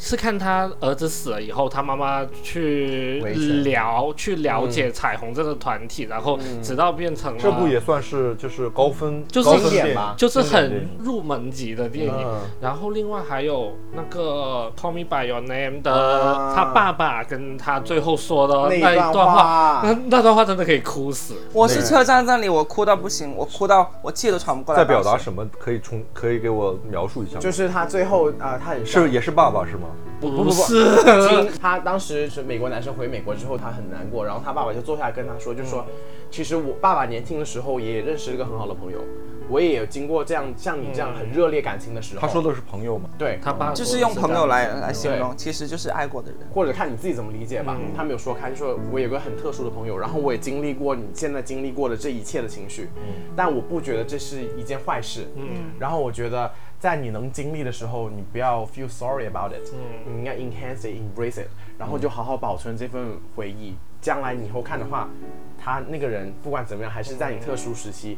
G: 是看他儿子死了以后，他妈妈去
C: 维权
G: 聊去了
C: 嗯
G: 解彩虹这个团体，然后直到变成了
E: 这部也算是就是高分，
G: 就是
E: 高分
G: 经典
E: 电影
C: 吧
G: 就是
E: 经典
G: 很
E: 电影
G: 入门级的电影。
C: 嗯
G: 然后另外还有那个《Call Me by Your Name》的
C: 啊
G: 他爸爸跟他最后说的
C: 那一
G: 那
C: 段
G: 段
C: 话
G: 那那段话真的可以哭死。
F: 我是车站那里我哭到不行，我哭到我气都喘不过来。
E: 在表达什么？可以重可以给我描述一下吗？
C: 就是他最后啊、呃他很伤
E: 是呃也是爸爸是吗？
G: 不
C: 不
G: 是，
C: 心他当时是美国男生回美国之后，他很难过，然后他爸爸就坐下来跟他说，就
E: 嗯
C: 说，其实我爸爸年轻的时候也认识一个很好的朋友，我也有经过这样像你这样很热烈感情的时候。
E: 他说的是朋友吗？
C: 对，
G: 他爸
F: 就是用朋友来来形
C: 对
F: 容，其实就是爱过的人。
C: 或者看你自己怎么理解吧。他没有说开，就说我有个很特殊的朋友，然后我也经历过你现在经历过的这一切的情绪，但我不觉得这是一件坏事。嗯，然后我觉得在你能经历的时候，你不要 feel sorry about it，、你应该 enhance it, embrace it，然后就好好保存这份回忆。将来你以后看的话，他那个人不管怎么样，还是在你特殊时期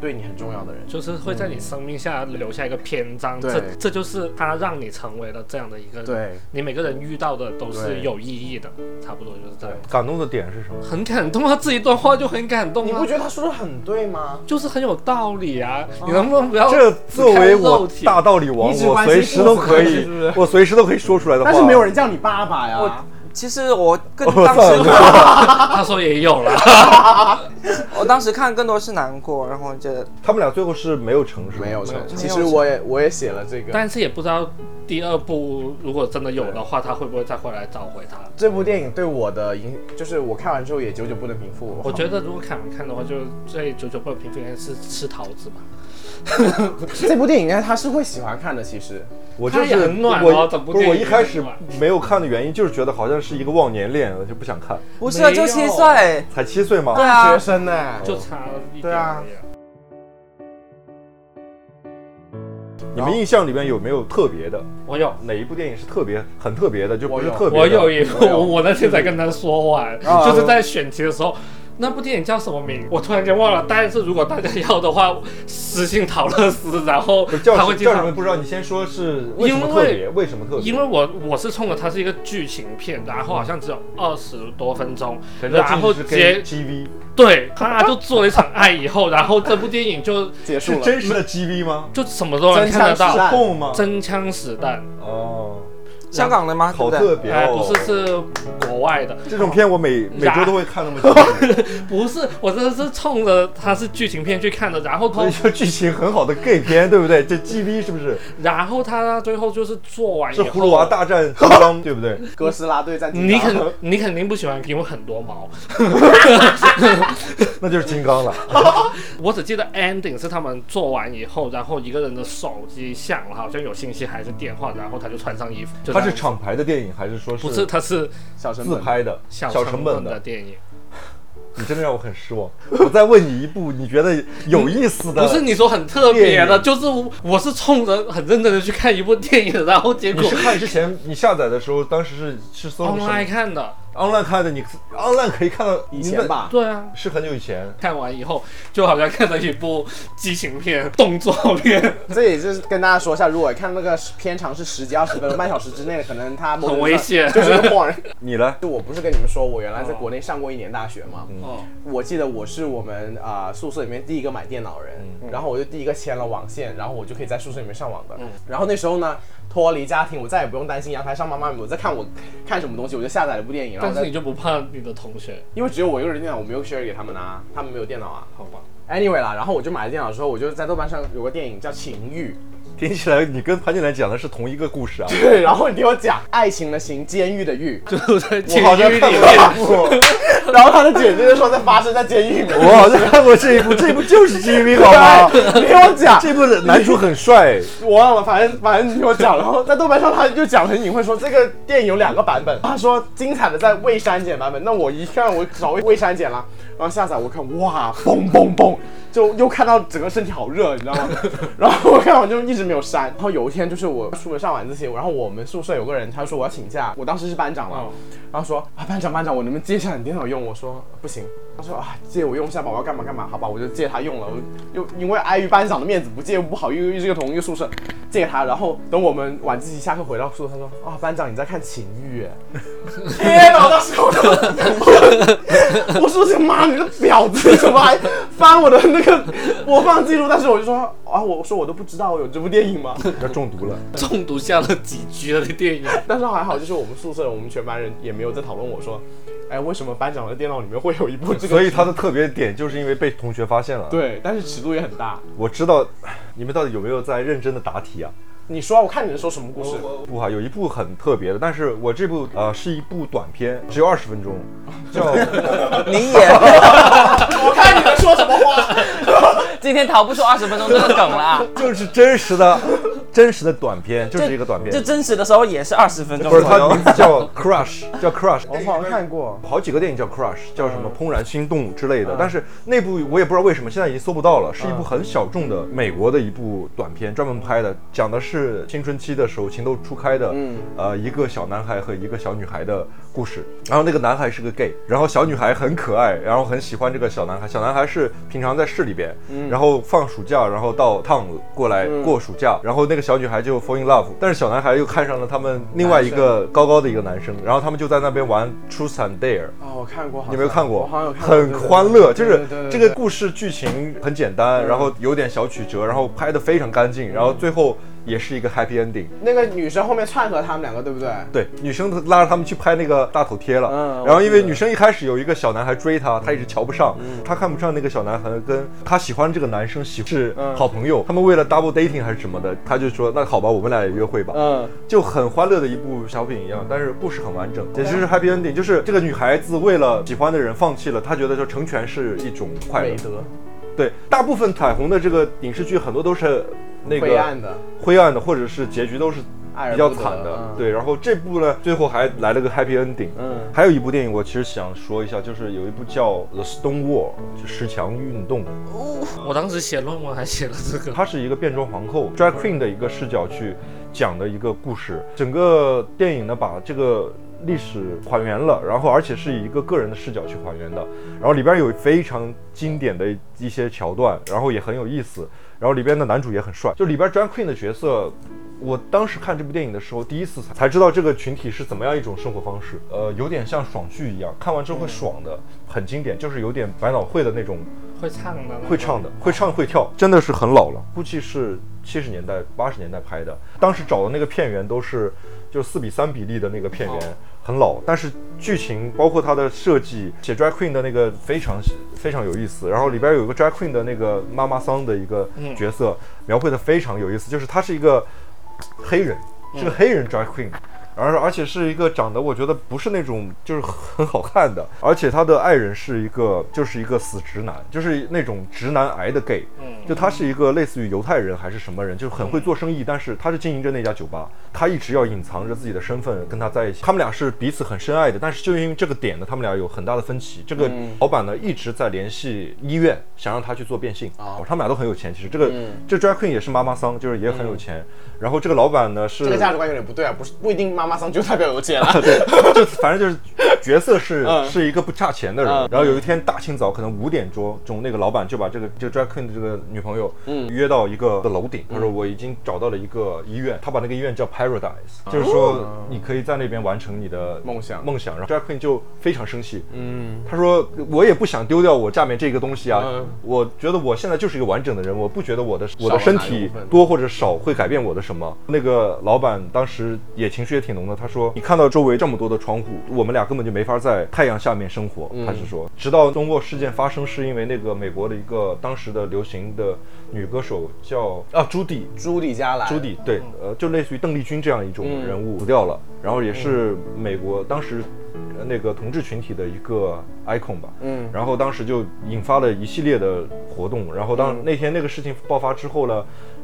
C: 对你很重要的人。
G: 就是会在你生命下留下一个篇章，
C: 对
G: 这这就是他让你成为了这样的一个人。
C: 对，
G: 你每个人遇到的都是
C: 对
G: 有意义的，差不多就是这样。
E: 感动的点是什么？
G: 很感动啊，这一段话就很感动啊，
C: 你不觉得他说的很对吗？
G: 就是很有道理啊？你能不能不要
E: 这
G: 只
E: 作
G: 看
E: 为
G: 肉
E: 我
G: 体
E: 大道理王，
C: 你只
E: 我
C: 关心
E: 随时都可
C: 父母关系
E: 以
C: 是不是，
E: 我随时都可以说出来的话。
C: 但是没有人叫你爸爸呀。
F: 我其实我 (laughs) 更
E: 我
F: 当
E: 算
F: 时
E: 了，
G: (laughs) 他说也有了，
F: 我当时看更多是难过，然后觉得
E: 他们俩最后是没有成是吗
C: 没有成，
F: 有
C: 其实我也我也写了这个，
G: 但是也不知道第二部如果真的有的话，他会不会再回来找回他？
C: 这部电影对我的影，就是我看完之后也久久不能平复。
G: 我觉得如果凯文看的话，就最久久不能平复应该是吃桃子吧。
C: (laughs) 这部电影应该他是会喜欢看的，其实
E: 我就
G: 他也
E: 是
G: 很暖
E: 我
G: 哦整部
E: 不是我
G: 电
E: 一
G: 影
E: 开
G: 很
E: 始
G: 暖
E: 没有看的原因，就是觉得好像是一个忘年恋，我就不想看。
F: 不是啊就七岁，
E: 才七岁嘛，
F: 对
C: 学
F: 啊，
C: 生呢，
G: 就差一
C: 对
G: 点
C: 啊
G: 而已啊。
E: 你们印象里面有没有特别的？
G: 我有，
E: 哪一部电影是特别很特别的？就不是特别的
G: 我有一部，
E: 有
G: 我那天才跟他说完，
E: 啊
G: 就是在选题的时候。那部电影叫什么名？我突然间忘
E: 嗯
G: 了。但是如果大家要的话，私信陶乐斯，然后
E: 不是叫
G: 他会
E: 什
G: 经
E: 叫什么
G: 常。
E: 不知道？你先说是为什么特别？为什么特别？
G: 因为我我是冲着它是一个剧情片，然后好像只有二十多分钟，
E: 陈道
G: 然后
E: 进是
G: 结
E: 跟 GV
G: 对，他就做了一场爱以后，然后这部电影就
C: 结束
E: 是
C: 了。
E: 真实的 GV 吗？
G: 就什么时候能看得
C: 真枪
G: 到
C: 实弹
E: 碰吗？
G: 真枪实弹？
E: 哦，
F: 香港的吗？对
E: 好
F: 不
E: 特
F: 对？
E: 别
G: 哎，
E: 哦
G: 不！是，是国外的，
E: 这种片我每每周都会看那么
G: (laughs)
E: 几遍，
G: 不是，我真的是冲着它是剧情片去看的，然后
E: 所以说剧情很好的 gay 片，对不对？这 GV 是不是
G: 然后他最后就是做完以
E: 是
G: 后，
E: 葫芦娃大战金刚，对不
G: (laughs)
E: 对？
C: 哥斯拉对战金
G: 你
C: 刚
G: 肯你肯定不喜欢，因为很多毛。 (laughs)
E: 那就是金刚了。
G: 我只记得 ending 是他们做完以后，然后一个人的手机响了，好像有信息还是电话，然后他就穿上衣服。就
E: 它
G: 这样
E: 是厂牌的电影还是说
G: 不是？他是
C: 小成
E: 自
C: 本
E: 拍的
G: 小
E: 成
G: 本
E: 本
G: 的
E: 的？
G: 电影。
E: 你真的让我很失望。我再问你一部你觉得有意思的，
G: 不是你说很特别
E: 电
G: 的，
E: 影
G: 就是我我是冲着很认真的去看一部电影，然后结
E: 你
G: 果
E: 是
G: (laughs)
E: 看之前你下载的时候，当时是是搜什么
G: online 看的。
E: online 看的，你 online 可以看到
C: 以前，吧，
G: 对啊
E: 你，那是很久以前。
G: 看完以后就好像看了一部激情片、动作片。
C: 这也就是跟大家说一下，如果看那个片长是十几、二十分钟、半小时之内的，可能他
G: 很危险
C: 就是个晃人。
E: 你来，
C: (laughs) 就我不是跟你们说，我原来在国内上过一年大学嘛，
G: 哦，
C: 我记得我是我们啊、呃宿舍里面第一个买电脑人，
G: 嗯
C: 然后我就第一个牵了网线，然后我就可以在宿舍里面上网的。然后那时候呢，脱离家庭，我再也不用担心阳台上妈妈我在看我看什么东西，我就下载了部电影，然
G: 但
C: 后
G: 是
C: 再
G: 你就不怕你的同学？
C: 因为只有我一个人电脑，我没有 share 给他们啊，他们没有电脑啊。
G: 好吧，
C: Anyway 啦，然后我就买了电脑之后，我就在豆瓣上有个电影叫《情欲》。
E: 听起来你跟潘金莲讲的是同一个故事啊。
C: (laughs) 对，然后你听我讲，爱情的情，监狱的狱，
G: 就是在监
E: 我好像
G: 狱
E: (laughs)
G: 里
E: 看过这
G: 面，
E: 一部，
C: (laughs) 然后他的简介就说在发生在监狱里面。
G: (laughs)
E: 我好像看过这一部，这一部就是 GV 好吗？(laughs)
C: (laughs) 对，你听我讲，
E: 这部的男主很帅，
C: 我忘了，反正反正你听我讲。然后在豆瓣上他就讲得很隐晦说，这个电影有两个版本，他说精彩的在未删减版本，那我一看我找未删减啦，然后下载我看，哇，嘣嘣嘣，就又看到整个身体好热，你知道吗？ (laughs) 然后我看完就一直没有删。然后有一天就是我出门上晚自习，然后我们宿舍有个人他说我要请假，我当时是班长嘛，
G: 哦
C: 然后说啊班长班长，我能不能借一下你电脑用？我说不行。他说啊，借我用一下吧，我要干嘛干嘛，好吧，我就借他用了。我又因为碍于班长的面子不借不好，因为这个同一个宿舍借给他。然后等我们晚自习下课回到宿舍，他说啊，班长你在看《情欲》 (laughs) 哎，天哪！我当时我就，我我说这妈你个婊子，你怎么还翻我的那个播放记录？但是我就说啊，我说我都不知道有这部电影吗？
E: 要中毒了。
G: 中毒下了几 G 的电影。
C: 但是还好，就是我们宿舍我们全班人也没有在讨论我说，哎，为什么班长的电脑里面会有一部这个？
E: 所以他的特别点就是因为被同学发现了。，
C: (laughs) 对，但是尺度也很大。
E: 我知道，你们到底有没有在认真的答题啊？
C: 你说啊，我看你能说什么故事？
E: 部哈有一部很特别的，但是我这部呃是一部短片，只有二十分钟，叫
F: 你也 (laughs)
C: 我看你能说什么话？
F: (laughs) 今天逃不出二十分钟这个梗啦。
E: (laughs) 就是真实的真实的短片，就是一个短片
F: 就，真实的时候也是二十分钟
E: 不
F: 左
E: 是它
F: 右。
E: 名字叫 Crush，叫 Crush，
C: 我好像看过。
E: 好几个电影叫 Crush，叫什么《怦然心动》之类的，但是那部我也不知道为什么现在已经搜不到了，是一部很小众的美国的一部短片，专门拍的，讲的是青春期的时候情窦初开的，呃，一个小男孩和一个小女孩的故事。然后那个男孩是个 gay，然后小女孩很可爱，然后很喜欢这个小男孩。小男孩是平常在市里边，
C: 嗯
E: 然后放暑假，然后到 town 过来过暑假，然后那个小女孩就 fall in love，但是小男孩又看上了他们另外一
C: 嗯
E: 个高高的一个男生，然后他们就在那边玩 Truth and Dare。
C: 啊，我看过，好
E: 你
C: 像
E: 有没有看过？
C: 我好像有看过，
E: 很
C: 对对对
E: 欢乐，就
C: 对
E: 是
C: 对对对嗯
E: 这个故事剧情很简单，然后有点小曲折，然后拍的非常干净，然后最后也是一个 happy ending。
C: 那个女生后面串和他们两个，对不对？
E: 对，女生拉着他们去拍那个大头贴了。
C: 嗯
E: 然后因为女生一开始有一个小男孩追她，她一直瞧不上，
C: 嗯
E: 她看不上那个小男孩，跟她喜欢这个男生喜是
C: 嗯
E: 好朋友。他们为了 double dating 还是什么的，她就说那好吧，我们俩也约会吧。
C: 嗯，
E: 就很欢乐的一部小品一样，但是故事很完整，
C: 嗯
E: 也就是 happy ending，就是这个女孩子为了喜欢的人放弃了，她觉得说成全是一种快乐
C: 美。德，
E: 对，大部分彩虹的这个影视剧很多都是那个
C: 灰暗的，
E: 灰暗的，或者是结局都是
C: 爱而
E: 比较
C: 不得
E: 惨的
C: 嗯，
E: 对。然后这部呢，最后还来了个 happy ending。
C: 嗯
E: 还有一部电影，我其实想说一下，就是有一部叫《The Stone Wall》，就石墙运动。
G: (laughs) 我当时写论文还写了这个，
E: 它是一个变装皇后 drag queen 的一个视角去讲的一个故事。整个电影呢，把这个历史还原了，然后而且是以一个个人的视角去还原的。然后里边有非常经典的一些桥段，然后也很有意思。然后里边的男主也很帅，就里边 drag queen 的角色。我当时看这部电影的时候，第一次才才知道这个群体是怎么样一种生活方式，呃，有点像爽剧一样，看完之后会爽的，很经典，就是有点百老汇的那种
G: 会唱的，
E: 会唱的，会唱会跳，嗯真的是很老了，估计是七十年代、八十年代拍的。当时找的那个片源都是就四比三比例的那个片源，很老，但是剧情包括它的设计，写 drag queen 的那个非常非常有意思。然后里边有一个 drag queen 的那个妈妈桑的一个角色，描绘的非常有意思，就是她是一个黑人，是个黑人 drag queen。而而且是一个长得我觉得不是那种就是很好看的，而且他的爱人是一个就是一个死直男，就是那种直男癌的 gay，就他是一个类似于犹太人还是什么人，就是很会做生意，但是他是经营着那家酒吧，他一直要隐藏着自己的身份跟他在一起，他们俩是彼此很深爱的，但是就因为这个点呢，他们俩有很大的分歧，这个
C: 嗯
E: 老板呢一直在联系医院，想让他去做变性，
C: 啊
E: 哦，他们俩都很有钱，其实这个
C: 嗯
E: 这 drag queen 也是妈妈桑，就是也很有钱，然后这个老板呢是
C: 这个价值观有点不对啊，不是不一定妈妈桑就代表有钱 (laughs) 了。
E: (laughs) 就反正就是角色是、
C: 嗯
E: 是一个不差钱的人。然后有一天大清早可能五点钟，钟那个老板就把这个这个 drag queen 的这个女朋友，
C: 嗯
E: 约到一个的楼顶，他说我已经找到了一个医院，他把那个医院叫 Paradise，、就是说你可以在那边完成你的
C: 哦梦想
E: 梦想。然后 drag queen 就非常生气，嗯，他说我也不想丢掉我下面这个东西啊，
C: 嗯
E: 我觉得我现在就是一个完整的人，我不觉得我的我的
C: 少
E: 身
C: 了哪一
E: 体
C: 部分
E: 多或者少会改变我的什么？那个老板当时也情绪也挺浓的，他说：“你看到周围这么多的窗户，我们俩根本就没法在太阳下面生活。他是说，直到中国事件发生，是因为那个美国的一个当时的流行的女歌手叫啊朱迪，
C: 朱迪加兰，
E: 朱迪对，呃，就类似于邓丽君这样一种人物死掉了，然后也是美国当时呃那个同志群体的一个 icon 吧，嗯，然后当时就引发了一系列的活动，然后当、那天那个事情爆发之后呢，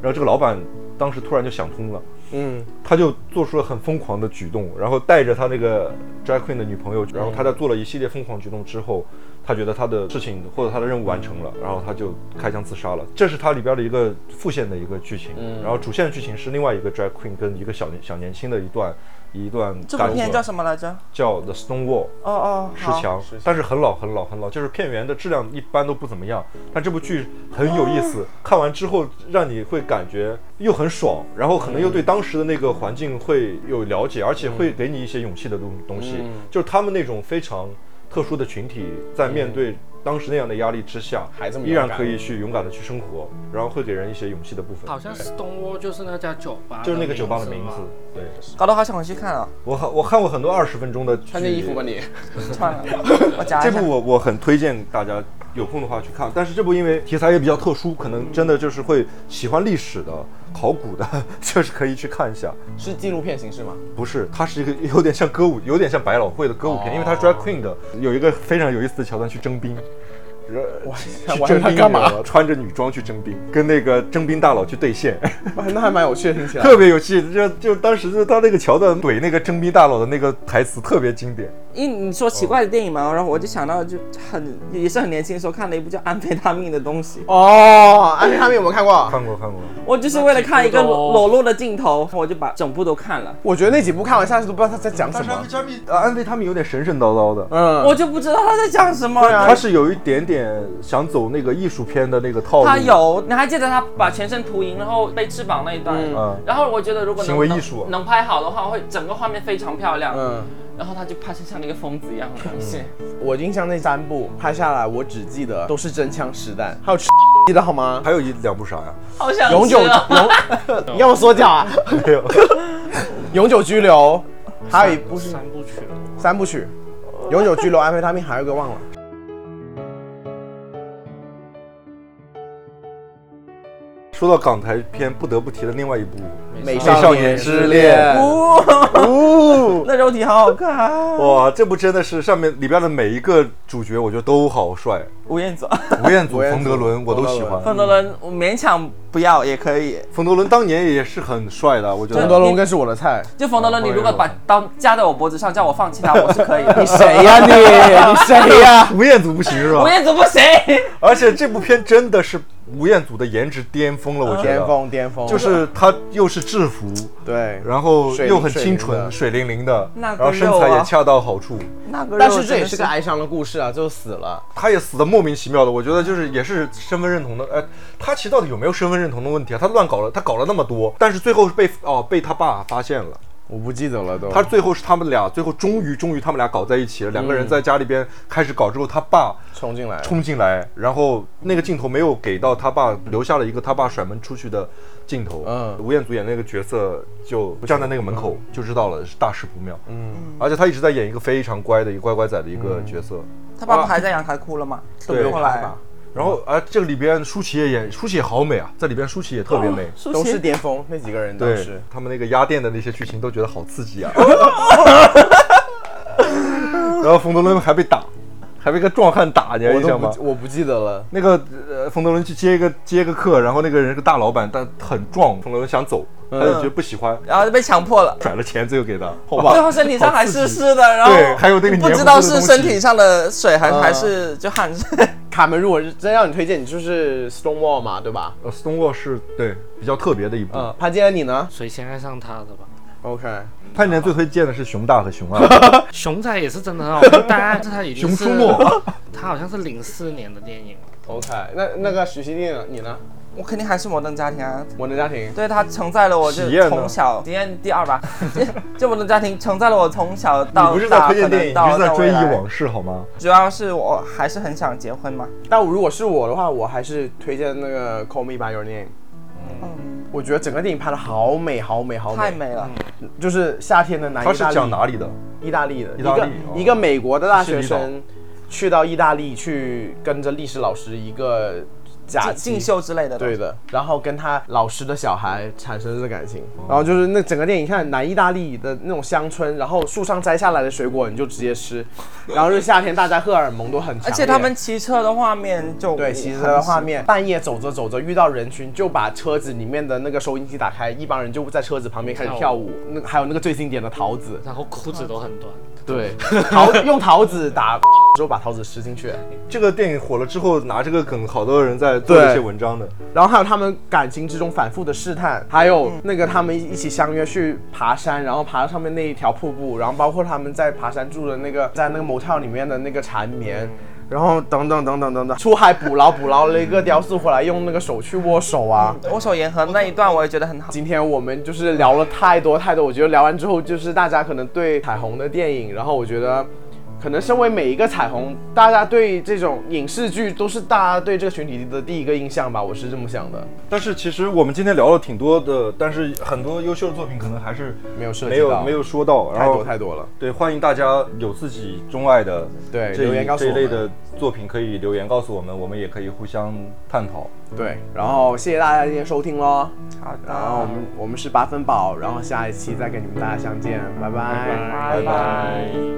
E: 然后这个老板当时突然就想通了。
C: 嗯，
E: 他就做出了很疯狂的举动，然后带着他那个 drag queen 的女朋
F: 嗯
E: 友，然后他在做了一系列疯狂举动之后，他觉得他的事情或者他的任务完成了，然后他就开枪自杀了。这是它里边的一个副线的一个剧情，
F: 嗯
E: 然后主线剧情是另外一个 drag queen 跟一个小年小年轻的一段一段
F: 这
E: 干
F: 部片
E: 戈
F: 叫什么来着？
E: 叫 The Stone Wall。
F: 哦哦，
E: 石
F: 好，
E: 墙，但是很老很老很老，就是片源的质量一般都不怎么样。但这部剧很有意思，看完之后让你会感觉又很爽，然后可能又
C: 嗯
E: 对当时的那个环境会有了解，而且会给你一些勇气的东东西。
C: 嗯
E: 就是他们那种非常特殊的群体，在面对当时那样的压力之下，
C: 还这么
E: 依然
C: 勇敢
E: 可以去勇敢的去生活，然后会给人一些勇气的部分。
G: 好像是东窝就是那家酒吧，
E: 就是那个酒吧的名字
G: 吗。
E: 对，
F: 搞得好想回去看啊！
E: 我看我看过很多二十分钟的剧，
C: 穿件衣服吧你。
F: 算
E: (laughs)
F: 了，我夹
E: 这
F: 一下
E: 部。我我很推荐大家有空的话去看，但是这部因为题材也比较特殊，可能真的就是会喜欢历史的、考古的， (laughs) 就是可以去看一下。
C: 是纪录片形式吗？
E: 不是，它是一个有点像歌舞，有点像百老汇的歌舞片，因为它 drag queen 的有一个非常有意思的桥段，去征兵。呃去
C: 我还
E: 征
C: 想
E: 兵
C: 干嘛
E: 你知道穿着女装去征兵，跟那个征兵大佬去对线， (laughs)
C: 哇 (laughs) 那还蛮有趣的，听起来。
E: 特别有趣。就就当时就他那个桥段怼那个征兵大佬的那个台词特别经典。
F: 因为你说奇怪的电影嘛，然后我就想到就很也是很年轻的时候看了一部叫安非他命的东西，
C: 哦，安利他们有没有看过？
E: 看过看过，
F: 我就是为了看一个
G: 那几部都
F: 裸露的镜头，我就把整部都看了。
C: (laughs) 我觉得那几部看完下去都不知道他在讲什么。
E: 加密呃安慰他们有点神神叨叨的，
C: 嗯，
F: 我就不知道他在讲什么。
E: 他是有一点点想走那个艺术片的那个套路，
F: 他有，你还记得他把全身涂银，然后被翅膀那一段？
E: 嗯
F: 然后我觉得如果能
E: 行为艺术啊
F: 能能拍好的话，会整个画面非常漂亮。
C: 嗯，
F: 然后他就拍成像一个疯子一样的东
E: (laughs)
F: (laughs)
E: 嗯
F: 西。
C: 我印象那三部拍下来，我只记得都是真枪实弹，还有 (laughs) 记得好吗？
E: 还有一两部啥
C: (laughs)
E: 呀？
F: 好想
C: 永久
F: 吃啊
C: (laughs) 永，要不缩脚 (laughs) 啊？
E: 没有，
C: 永久拘留，还有一部是
G: 三部曲了，
C: 三部曲，永久拘留、安非他命，还有一个忘 (laughs) 了。
E: 说到港台片，不得不提的另外一部《
C: 美
E: 少
C: 年
E: 年
C: 之
E: 之
C: 恋
E: 恋》。
F: 哦， (laughs) 那肉体好好看，
E: (laughs)
F: 啊
E: 哇，这部真的是上面里边的每一个主角，我觉得都好
C: (laughs)
E: 帅，
F: 吴彦祖、
E: 吴彦祖、
C: 吴彦祖
E: 冯德伦我都喜
C: 冯
E: 欢。
F: (laughs) 冯德伦，我勉强不要也可以。
E: 冯德伦当年也是很帅的，我觉
C: 冯
E: 得
C: 德。伦更是我的菜。
F: 就冯德伦，你如果把刀架在我脖子上，叫我放弃他，我是可
E: (laughs)
F: 以的。
C: 谁哎呀 (laughs) 你？你谁呀？
E: 吴彦祖不行是吧
F: (laughs) 吴？彦祖不行，
E: 而且这部片真的是吴彦祖的颜值巅峰了，我觉得。
C: (laughs) 巅峰巅峰，
E: 就是他又是制服，
C: 对。
E: 然后
C: 水灵
E: 又很清纯，水
C: 水
E: 灵灵的，
F: 那
E: 然
F: 个
E: 后身
C: 啊
E: 材也恰到好处。
F: (laughs) 那个肉
C: 但是这
F: 真
C: 也
F: 的
C: 是个哀伤的故事啊，就死了。
E: 他也死的莫名其妙的，我觉得就是也是身份认同的，哎，他其实到底有没有身份认同的问题啊？他乱搞了，他搞了那么多，但是最后是被哦被他爸发现了，
C: 我不记得了都。
E: 他最后是他们俩最后终于终于他们俩搞在一起了，两个人在家里边开始搞之后，他爸
C: 冲进来，
E: 冲进来，然后那个镜头没有给到他爸，留下了一个他爸甩门出去的镜头。
C: 嗯
E: 吴彦祖演那个角色就站在那个门口就知道了是大事不妙。嗯，而且他一直在演一个非常乖的一个乖乖仔的一个角色。
F: 他爸不还在阳台哭了吗？
E: 对
F: 后来
E: 然后
C: 嗯
E: 啊，这个里边舒淇也演，舒淇也好美啊，在里边舒淇也特别美。
F: 舒
C: 都
F: 淇
C: 是巅峰那几个哦人当
E: 对
C: 时。
E: 他们那个压店的那些剧情都觉得好刺激啊。
C: (laughs)
E: (laughs) 然后冯德伦还被打，还被个壮汉打，你还
C: 我
E: 印
C: 都
E: 象吗
C: 不？我不记得了。
E: 那个呃，冯德伦去接一个接一个客，然后那个人是个大老板，但很壮，冯德伦想走，
C: 嗯
E: 他就觉得不喜欢，
F: (laughs) 然后就被强迫了。
E: 甩了钱最后给
C: (laughs)
E: 他，好
F: 最
E: 吧？
F: 后身体上还湿湿的，然
E: 对
F: 后
E: 还有那个
F: 不
E: 黏糊
F: 知
E: 糊的
F: 道
E: 东
F: 是
E: 西啊
F: 身体上的水还
C: 嗯
F: 还是就汗水。 (laughs)
C: 卡门，如果是真让你推荐，你就是 Stonewall 嘛，对吧？
E: 呃，Stonewall 是对比较特别的一部。
C: 嗯，潘建你呢
G: 谁先爱上他的吧？
C: ？OK，
E: 潘年最推荐的是熊大和熊二，
G: 熊仔也是真的很好啊看，但是他已
E: 熊
G: 经是
E: 出没，
G: 他好像是零四年的电影了。
C: OK，那那个许熙娣呢你呢？
F: 我肯定还是摩登家庭啊，
C: 我的家庭，
F: 对他承载了我就
E: 体验呢
F: 从小体验第二吧， (laughs) 就摩登家庭承载了我从小
E: 你
F: 到
E: 不是在
F: 大，
E: 推
F: 可
E: 荐电
F: 能
E: 影，你
F: 到
E: 是在
F: 到
E: 追
F: 未
E: 忆
F: 来。
E: 往事好吗？
F: 主要是我还是很想结婚嘛，
C: 但如果是我的话，我还是推荐那个《Call Me by Your Name》。
F: 嗯，
C: 我觉得整个电影拍的好美，好美，
E: 哦
C: 好美，
F: 太美了，
C: 就是夏天的南
E: 他
C: 意
E: 是
C: 大利，
E: 讲哪里的？
C: 意大利的，
E: 意大利哦
C: 一个一个美国的大学
E: 是
C: 生去到意大利去跟着历史老师一个假
F: 进
C: 期
F: 进修之类的，
C: 对，的，然后跟他老师的小孩产生了感情，然后就是那整个电影看南意大利的那种乡村，然后树上摘下来的水果你就直接吃，然后就是夏天大家荷尔蒙都很强烈，
F: 而且他们骑车的画面就
C: 对骑车的画面，半夜走着走着遇到人群就把车子里面的那个收音机打开，一帮人就在车子旁边开始跳舞，
F: 嗯
C: 那个还有那个最经典的桃子，
G: 然后裤子都很短，
C: 对，桃用桃子打 (laughs) 之后把桃子吃进去，
E: 这个电影火了之后，拿这个梗，好多人在做一些文章的。
C: 然后还有他们感情之中反复的试探，还有那个他们一起相约去爬山，然后爬到上面那一条瀑布，然后包括他们在爬山住的那个在那个 motel 里面的那个缠绵，然后等等等等等等，出海捕捞捕捞了一个雕塑回来，用那个手去握手啊。
F: 我手言和那一段我也觉得很好，
C: 今天我们就是聊了太多太多，我觉得聊完之后就是大家可能对彩虹的电影，然后我觉得。可能身为每一个彩虹，大家对这种影视剧都是大家对这个群体的第一个印象吧，我是这么想的。
E: 但是其实我们今天聊了挺多的，但是很多优秀的作品可能还是
C: 没有涉及到
E: 没有没有说到，然
C: 太
E: 后
C: 多太多了。
E: 对，欢迎大家有自己钟爱的
C: 对
E: 这一
C: 留言告诉
E: 这一
C: 我们
E: 类的作品，可以留言告诉我们，我们也可以互相探讨。
C: 对，然后谢谢大家今天收听喽。
F: 好的，
C: 然后我们我们是八分饱，然后下一期再跟你们大家相见，拜拜
E: 拜拜。